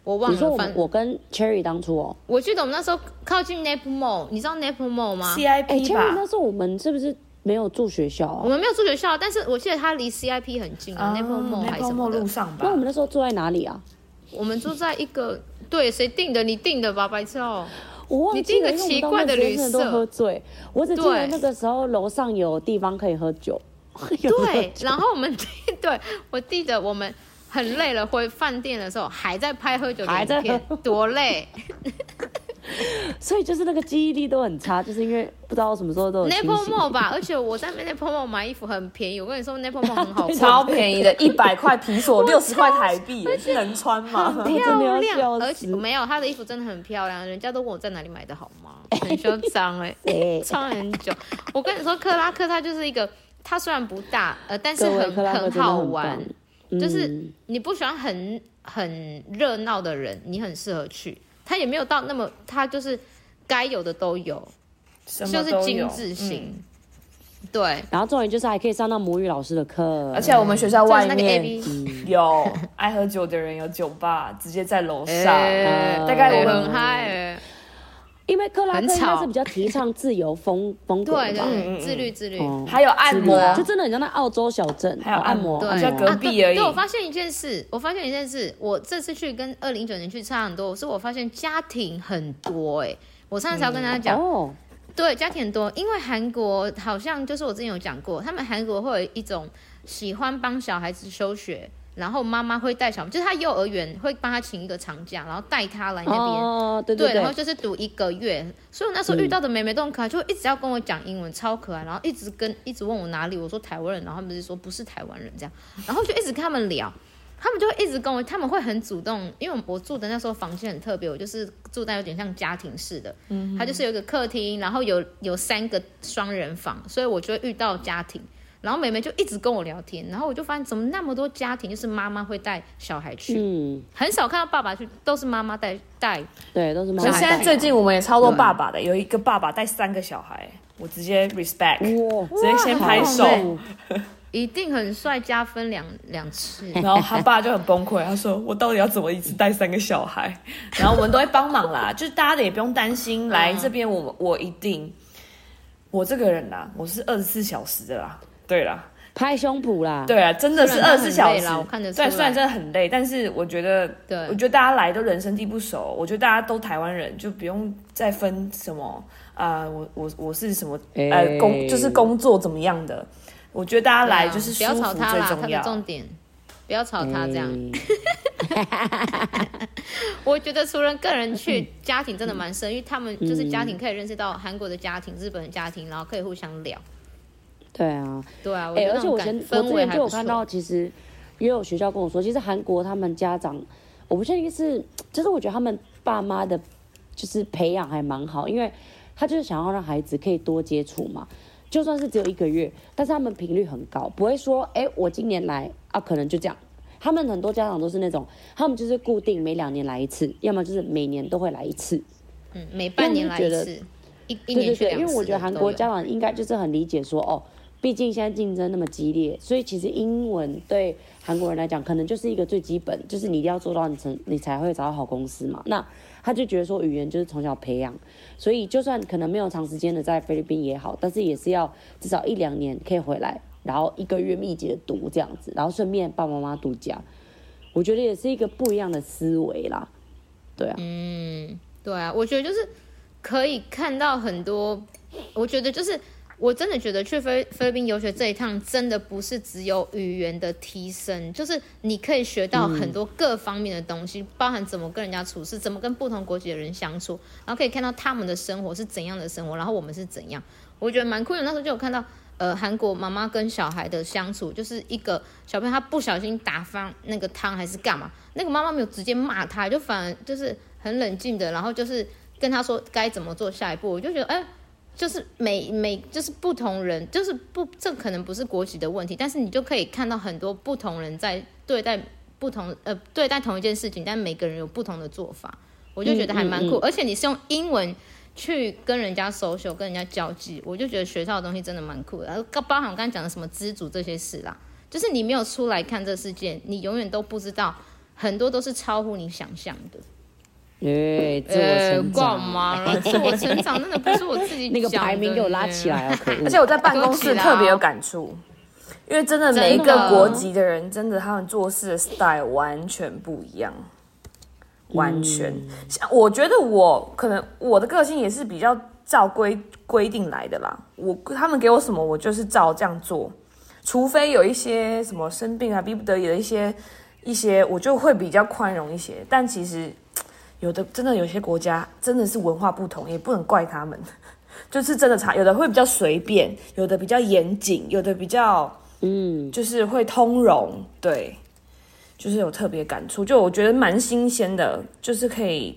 Speaker 2: 我忘
Speaker 1: 你说
Speaker 2: 了。
Speaker 1: 我
Speaker 2: 反
Speaker 1: 们我跟 Cherry 当初哦，
Speaker 2: 我记得我们那时候靠近 Nap Mall，你知道 Nap Mall 吗？
Speaker 1: 哎、
Speaker 3: CIP
Speaker 1: Cherry
Speaker 3: 吧
Speaker 1: 那，时候我们是不是没有住学校
Speaker 2: 我
Speaker 1: 啊？
Speaker 2: 们没有住学校，但是我记得它离 CIP 很近啊、n a p Mall 还是什
Speaker 3: Maple
Speaker 2: 么
Speaker 3: Mall
Speaker 2: 的
Speaker 3: 路。上吧
Speaker 1: 那我，们那时候住在哪里啊？
Speaker 2: 我们住在一个，对，谁定的？你定的吧，白痴哦、
Speaker 1: 我忘
Speaker 2: 你
Speaker 1: 记
Speaker 2: 订
Speaker 1: 了，
Speaker 2: 个
Speaker 1: 因为我们
Speaker 2: 奇
Speaker 1: 当
Speaker 2: 怪
Speaker 1: 时
Speaker 2: 的旅
Speaker 1: 真的
Speaker 2: 社
Speaker 1: 都喝醉，我只记得
Speaker 2: 对
Speaker 1: 那个时候楼上有地方可以喝酒。 有喝
Speaker 2: 对，
Speaker 1: 酒
Speaker 2: 然后我们对我记得我们很累了，回饭店的时候还在拍喝酒的
Speaker 1: 还在
Speaker 2: 影片
Speaker 1: 喝，
Speaker 2: 多 累。
Speaker 1: 所以就是那个记忆力都很差，就是因为不知道什么时候都有清
Speaker 2: Napo
Speaker 1: 醒。
Speaker 2: Mall 吧，而且我在 Napo Mall 买衣服很便宜，我跟你说 Napo Mall 很好
Speaker 1: 对
Speaker 2: 逛，
Speaker 3: 超便宜的，一百块皮索，六十块台币，是能穿吗？
Speaker 1: 真的
Speaker 2: 漂
Speaker 1: 要
Speaker 2: 亮，
Speaker 1: 笑
Speaker 2: 而且
Speaker 1: 死，
Speaker 2: 没有她的衣服真的很漂亮，人家都问我在哪里买的好吗？很嚣张哎
Speaker 1: 谁
Speaker 2: 穿很久。我跟你说，克拉克他就是一个，他虽然不大，呃，但是
Speaker 1: 各位
Speaker 2: 很
Speaker 1: 克拉克真的
Speaker 2: 好
Speaker 1: 很
Speaker 2: 玩
Speaker 1: 棒。嗯
Speaker 2: 就是你不喜欢很很热闹的人，你很适合去。他也没有到那么，他就是该有的都有，
Speaker 3: 什么
Speaker 2: 就
Speaker 3: 都
Speaker 2: 是
Speaker 3: 有
Speaker 2: 精致型。
Speaker 3: 嗯
Speaker 2: 对，
Speaker 1: 然后重点就是还可以上到母语老师的课，
Speaker 3: 而且我们学校
Speaker 2: 就是
Speaker 3: 外
Speaker 2: 那个 A
Speaker 3: 面
Speaker 2: B，
Speaker 3: 有 爱喝酒的人，有酒吧，直接在楼上。
Speaker 2: 哎
Speaker 1: 嗯
Speaker 3: 大概我
Speaker 2: 很
Speaker 3: 们
Speaker 2: 嗨、欸，
Speaker 1: 因为克拉克
Speaker 2: 很
Speaker 1: 应该
Speaker 2: 吵
Speaker 1: 是比较提倡自由风风格
Speaker 2: 对
Speaker 1: 的吧。
Speaker 2: 对，
Speaker 3: 嗯
Speaker 2: 自律自律。
Speaker 1: 哦
Speaker 3: 还有按摩
Speaker 1: 自律就真的很像那澳洲小镇，
Speaker 3: 还有
Speaker 1: 哦
Speaker 3: 按
Speaker 1: 摩，
Speaker 3: 摩
Speaker 2: 对，
Speaker 1: 按
Speaker 3: 就在隔
Speaker 2: 啊
Speaker 3: 壁
Speaker 2: 对
Speaker 3: 而已
Speaker 2: 对，我发现一件事，我发现一件事，我这次去跟二零一九年去差很多，是我发现家庭很多哎、我上次才要跟大家讲，
Speaker 1: 哦，
Speaker 2: 对，家庭很多，因为韩国好像就是我之前有讲过，他们韩国会有一种喜欢帮小孩子休学，然后妈妈会带小，就是他幼儿园会帮他请一个长假，然后带他来那边。
Speaker 1: 哦，对
Speaker 2: 对，然后
Speaker 1: 对，
Speaker 2: 就是读一个月，所以我那时候遇到的妹妹都很可爱，就一直要跟我讲英文，超可爱，然后一直跟一直问我哪里，我说台湾人，然后他们就说不是台湾人这样，然后就一直跟他们聊，他们就会一直跟我，他们会很主动，因为我住的那时候房间很特别，我就是住在有点像家庭式的，嗯，它就是有一个客厅，然后有有三个双人房，所以我就会遇到家庭。然后妹妹就一直跟我聊天，然后我就发现怎么那么多家庭就是妈妈会带小孩去，
Speaker 1: 嗯，
Speaker 2: 很少看到爸爸去，都是妈妈带带
Speaker 1: 对，都是妈
Speaker 3: 那
Speaker 1: 妈
Speaker 2: 小孩
Speaker 3: 现在
Speaker 1: 带。
Speaker 3: 最近我们也超多爸爸的，有一个爸爸带三个小孩，我直接 respect，
Speaker 1: 哇
Speaker 3: 直接先拍手
Speaker 1: 好，哦
Speaker 2: 对一定很帅，加分两两次。
Speaker 3: 然后他爸就很崩溃，他说我到底要怎么一直带三个小孩？然后我们都会帮忙啦，就是大家的也不用担心，
Speaker 2: 嗯
Speaker 3: 来这边我我一定，我这个人啦，我是二十四小时的啦，对啦。
Speaker 1: 拍胸脯啦，
Speaker 3: 对啊，真的是
Speaker 2: 虽
Speaker 3: 二
Speaker 2: 然他
Speaker 3: 十四
Speaker 2: 很
Speaker 3: 小
Speaker 2: 累
Speaker 3: 时
Speaker 2: 啦我看得出
Speaker 3: 对，
Speaker 2: 来
Speaker 3: 虽然真的很累，但是我觉得，
Speaker 2: 对
Speaker 3: 我觉得大家来都人生地不熟，我觉得大家都台湾人，就不用再分什么啊、我我我是什么呃
Speaker 1: 哎
Speaker 3: 工就是工作怎么样的，我觉得大家来就是
Speaker 2: 啊不
Speaker 3: 舒
Speaker 2: 要吵
Speaker 3: 服
Speaker 2: 他
Speaker 3: 最
Speaker 2: 啦，他
Speaker 3: 重
Speaker 2: 的
Speaker 3: 要。
Speaker 2: 重点不要吵他这样。
Speaker 1: 嗯
Speaker 2: 我觉得除了个人去，家庭真的蛮深， 因为他们就是家庭可以认识到韩国的家庭、日本的家庭，然后可以互相聊。
Speaker 1: 对啊，
Speaker 2: 对啊，我觉
Speaker 1: 哎、
Speaker 2: 得
Speaker 1: 而
Speaker 2: 那
Speaker 1: 且
Speaker 2: 种
Speaker 1: 我
Speaker 2: 感
Speaker 1: 前我
Speaker 2: 氛
Speaker 1: 之
Speaker 2: 围
Speaker 1: 前
Speaker 2: 还
Speaker 1: 就
Speaker 2: 不
Speaker 1: 有看
Speaker 2: 错。
Speaker 1: 到，其实也有学校跟我说，其实韩国他们家长，我不确定是，就是我觉得他们爸妈的，就是培养还蛮好，因为他就是想要让孩子可以多接触嘛，就算是只有一个月，但是他们频率很高，不会说，哎、我今年来啊，可能就这样。他们很多家长都是那种，他们就是固定每两年来一次，要么就是每年都会来一次。
Speaker 2: 嗯，每半年来一
Speaker 1: 因为我就
Speaker 2: 次，一
Speaker 1: 对
Speaker 2: 一年
Speaker 1: 对
Speaker 2: 去
Speaker 1: 对，
Speaker 2: 两次的都有。
Speaker 1: 因为我觉得韩国家长应该就是很理解说，哦，毕竟现在竞争那么激烈，所以其实英文对韩国人来讲，可能就是一个最基本，就是你一定要做到你成你才会找到好公司嘛。那他就觉得说语言就是从小培养，所以就算可能没有长时间的在菲律宾也好，但是也是要至少一两年可以回来，然后一个月密集的读这样子，然后顺便爸爸妈妈度假，我觉得也是一个不一样的思维啦。对啊，
Speaker 2: 对啊，我觉得就是可以看到很多，我觉得就是我真的觉得去菲菲律宾游学这一趟，真的不是只有语言的提升，就是你可以学到很多各方面的东西，包含怎么跟人家处事，怎么跟不同国籍的人相处，然后可以看到他们的生活是怎样的生活，然后我们是怎样，我觉得蛮酷的。那时候就有看到。呃，韩国妈妈跟小孩的相处，就是一个小朋友他不小心打翻那个汤还是干嘛，那个妈妈没有直接骂他，就反而就是很冷静的，然后就是跟他说该怎么做下一步。我就觉得，哎、就是每每就是不同人，就是不这可能不是国籍的问题，但是你就可以看到很多不同人在对待不同呃对待同一件事情，但每个人有不同的做法，我就觉得还蛮酷。而且你是用英文去跟人家 social，跟人家交际，我就觉得学校的东西真的蛮酷的。然后包含我刚才讲的什么知足这些事啦，就是你没有出来看这世界，你永远都不知道，很多都是超乎你想象的。
Speaker 1: 耶，自我
Speaker 2: 呃，
Speaker 1: 成
Speaker 2: 干
Speaker 1: 长。
Speaker 2: 嘛啦？自我成长真的不是我自己
Speaker 1: 那个
Speaker 2: 讲
Speaker 1: 排名
Speaker 2: 的
Speaker 1: 给我
Speaker 2: 呢
Speaker 1: 拉起。来啊！ 可恶
Speaker 3: 而且我在办公室特别有感触，因为真的每一个国籍的人，真的他们做事的 style 完全不一样，完全。像我觉得我可能我的个性也是比较照规规定来的啦，我他们给我什么，我就是照这样做，除非有一些什么生病啊、逼不得已的一些一些，我就会比较宽容一些。但其实有的真的有些国家真的是文化不同，也不能怪他们。 就是真的差，有的会比较随便，有的比较严谨，有的比较嗯，就是会通融，对，就是有特别感触，就我觉得蛮新鲜的，就是可以，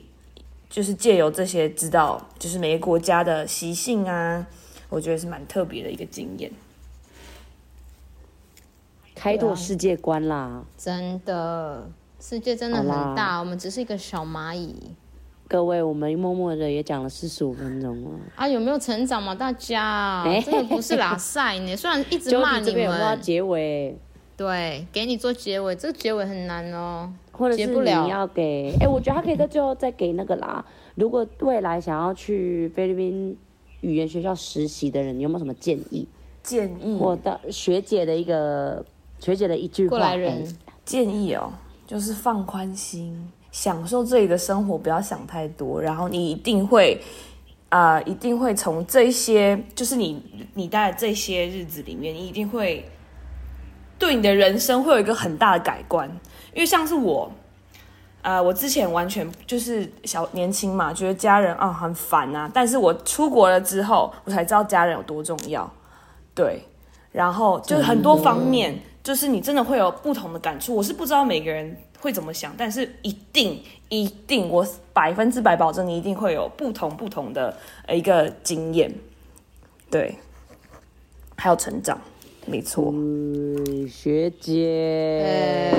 Speaker 3: 就是借由这些知道，就是每个国家的习性啊，我觉得是蛮特别的一个经验。
Speaker 1: 开
Speaker 2: 啊
Speaker 1: 拓世界观啦，
Speaker 2: 真的，世界真的很
Speaker 1: 好啦
Speaker 2: 大，我们只是一个小蚂蚁
Speaker 1: 各位，我们默默的也讲了四十五分钟了。
Speaker 2: 啊！有没有成长嘛？大家
Speaker 1: 哎
Speaker 2: 真的不是拉塞呢，虽然一直
Speaker 1: 就
Speaker 2: 骂
Speaker 1: 你这
Speaker 2: 你
Speaker 1: 边有没有要
Speaker 2: 们，
Speaker 1: 结尾？
Speaker 2: 对，给你做结尾，这个结尾很难哦，
Speaker 1: 或者是
Speaker 2: 结不
Speaker 1: 你
Speaker 2: 了
Speaker 1: 要给，哎、我觉得他可以在最后再给那个啦。如果未来想要去菲律宾语言学校实习的人，你有没有什么建议？
Speaker 3: 建议
Speaker 1: 我的学姐的一个学姐的一句话，
Speaker 2: 过来
Speaker 1: 哎
Speaker 2: 人，
Speaker 3: 建议哦，就是放宽心，享受这里的生活，不要想太多，然后你一定会。啊、一定会从这些，就是你你待的这些日子里面，你一定会对你的人生会有一个很大的改观。因为像是我，呃，我之前完全就是小年轻嘛，觉得家人啊、很烦啊，但是我出国了之后，我才知道家人有多重要。对，然后就是很多方面，就是你真的会有不同的感触。我是不知道每个人会怎么想，但是一定一定，我百分之百保证你一定会有不同不同的呃一个经验，对，还有成长，没错，
Speaker 1: 嗯学姐，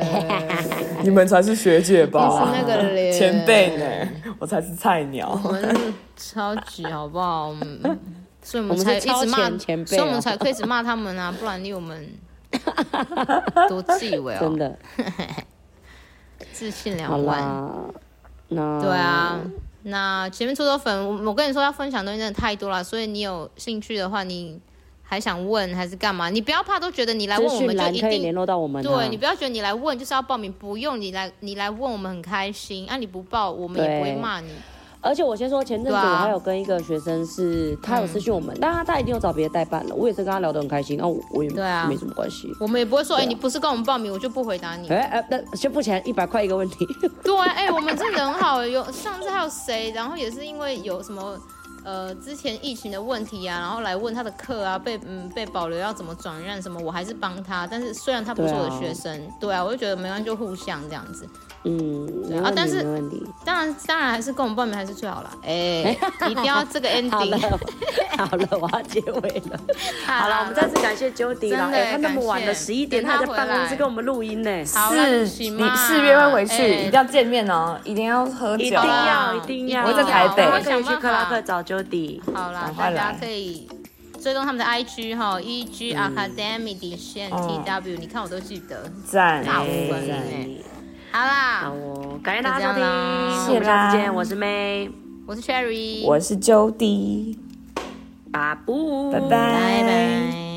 Speaker 2: 呃
Speaker 3: 你们才是学姐吧
Speaker 2: 是那个 脸
Speaker 3: 呢，我才是菜鸟。
Speaker 2: 我们 超级好不好？我们嗯所以我
Speaker 1: 我
Speaker 2: 们
Speaker 1: 们
Speaker 2: 才一
Speaker 1: 是超
Speaker 2: 直骂
Speaker 1: 前前，辈
Speaker 2: 所以我们
Speaker 1: 哦
Speaker 2: 才可以一直骂他们啊，不然你我们 多自以为
Speaker 1: 真
Speaker 2: 哦，
Speaker 1: 的，
Speaker 2: 自信
Speaker 1: 好
Speaker 2: 两万。
Speaker 1: 啦，那
Speaker 2: 对，啊，那前面出走粉，我我跟你说要分享的东西真的太多了，所以你有兴趣的话，你还想问还是干嘛？你不要怕，都觉得你来问
Speaker 1: 资
Speaker 2: 我们
Speaker 1: 讯
Speaker 2: 就
Speaker 1: 栏
Speaker 2: 一
Speaker 1: 可以联
Speaker 2: 定。
Speaker 1: 络到我们啊、
Speaker 2: 对你不要觉得你来问就是要报名，不用你来你来问我们很开心啊！你不报我们也不会
Speaker 1: 对
Speaker 2: 骂你，
Speaker 1: 而且我先说，前阵子
Speaker 2: 对啊
Speaker 1: 我还有跟一个学生是，他有私讯我们，但他他一定有找别的代办了。我也是跟他聊得很开心，那、我我也
Speaker 2: 对啊
Speaker 1: 没什么关系。
Speaker 2: 我们也不会
Speaker 1: 啊
Speaker 2: 说哎、你不是跟我们报名，我就不回答你。
Speaker 1: 哎哎，那先付钱一百块一个问题，
Speaker 2: 对，哎、我们真的很好。有上次还有谁，然后也是因为有什么呃之前疫情的问题啊，然后来问他的课啊，被嗯被保留要怎么转让什么，我还是帮他。但是虽然他不是我的学生，对啊，我就觉得没关系，就互相这样子。
Speaker 1: 嗯，没
Speaker 2: 啊
Speaker 1: 问
Speaker 2: 但
Speaker 1: 题，
Speaker 2: 是
Speaker 1: 没问题。
Speaker 2: 当然，当然还是跟我们报名还是最好啦。 哎、一定要这个
Speaker 1: 好了
Speaker 2: ending。，
Speaker 1: 好了，我要结尾 了。好了，我 们再次感谢 Jody 了，
Speaker 2: 真的
Speaker 1: 哎，他那么
Speaker 2: 感谢
Speaker 1: 晚了，十一点
Speaker 2: 等他
Speaker 1: 他在办公
Speaker 2: 回来
Speaker 1: 室跟我们录音呢，
Speaker 2: 好啦一
Speaker 3: 四
Speaker 2: 起
Speaker 3: 你
Speaker 2: 嘛
Speaker 3: 四月会回去，
Speaker 2: 哎
Speaker 3: 一定要见面哦，一定要喝
Speaker 1: 一
Speaker 3: 酒
Speaker 1: 定
Speaker 2: 好
Speaker 3: 啊。
Speaker 2: 啦
Speaker 1: 要，一定要。
Speaker 3: 我在台北
Speaker 1: 我们可以去克拉克
Speaker 2: 我会
Speaker 1: 找 Jody。
Speaker 2: 好啦
Speaker 3: 赶，快
Speaker 2: 大家
Speaker 3: 来
Speaker 2: 可以追踪他们的 IG 哈，EG
Speaker 1: 嗯
Speaker 2: Academy 底线
Speaker 1: 哦
Speaker 2: TW，、你看我都记得。
Speaker 3: 赞，
Speaker 2: 大部分
Speaker 1: 哎
Speaker 2: 好啦，
Speaker 1: 好哦，感谢大家收听，
Speaker 2: 就
Speaker 1: 我们
Speaker 3: 这样啦
Speaker 1: 下次见，我是 May，
Speaker 2: 我是 Cherry，
Speaker 3: 我是 Jody，
Speaker 1: 阿布，
Speaker 3: 拜拜，
Speaker 2: 拜拜。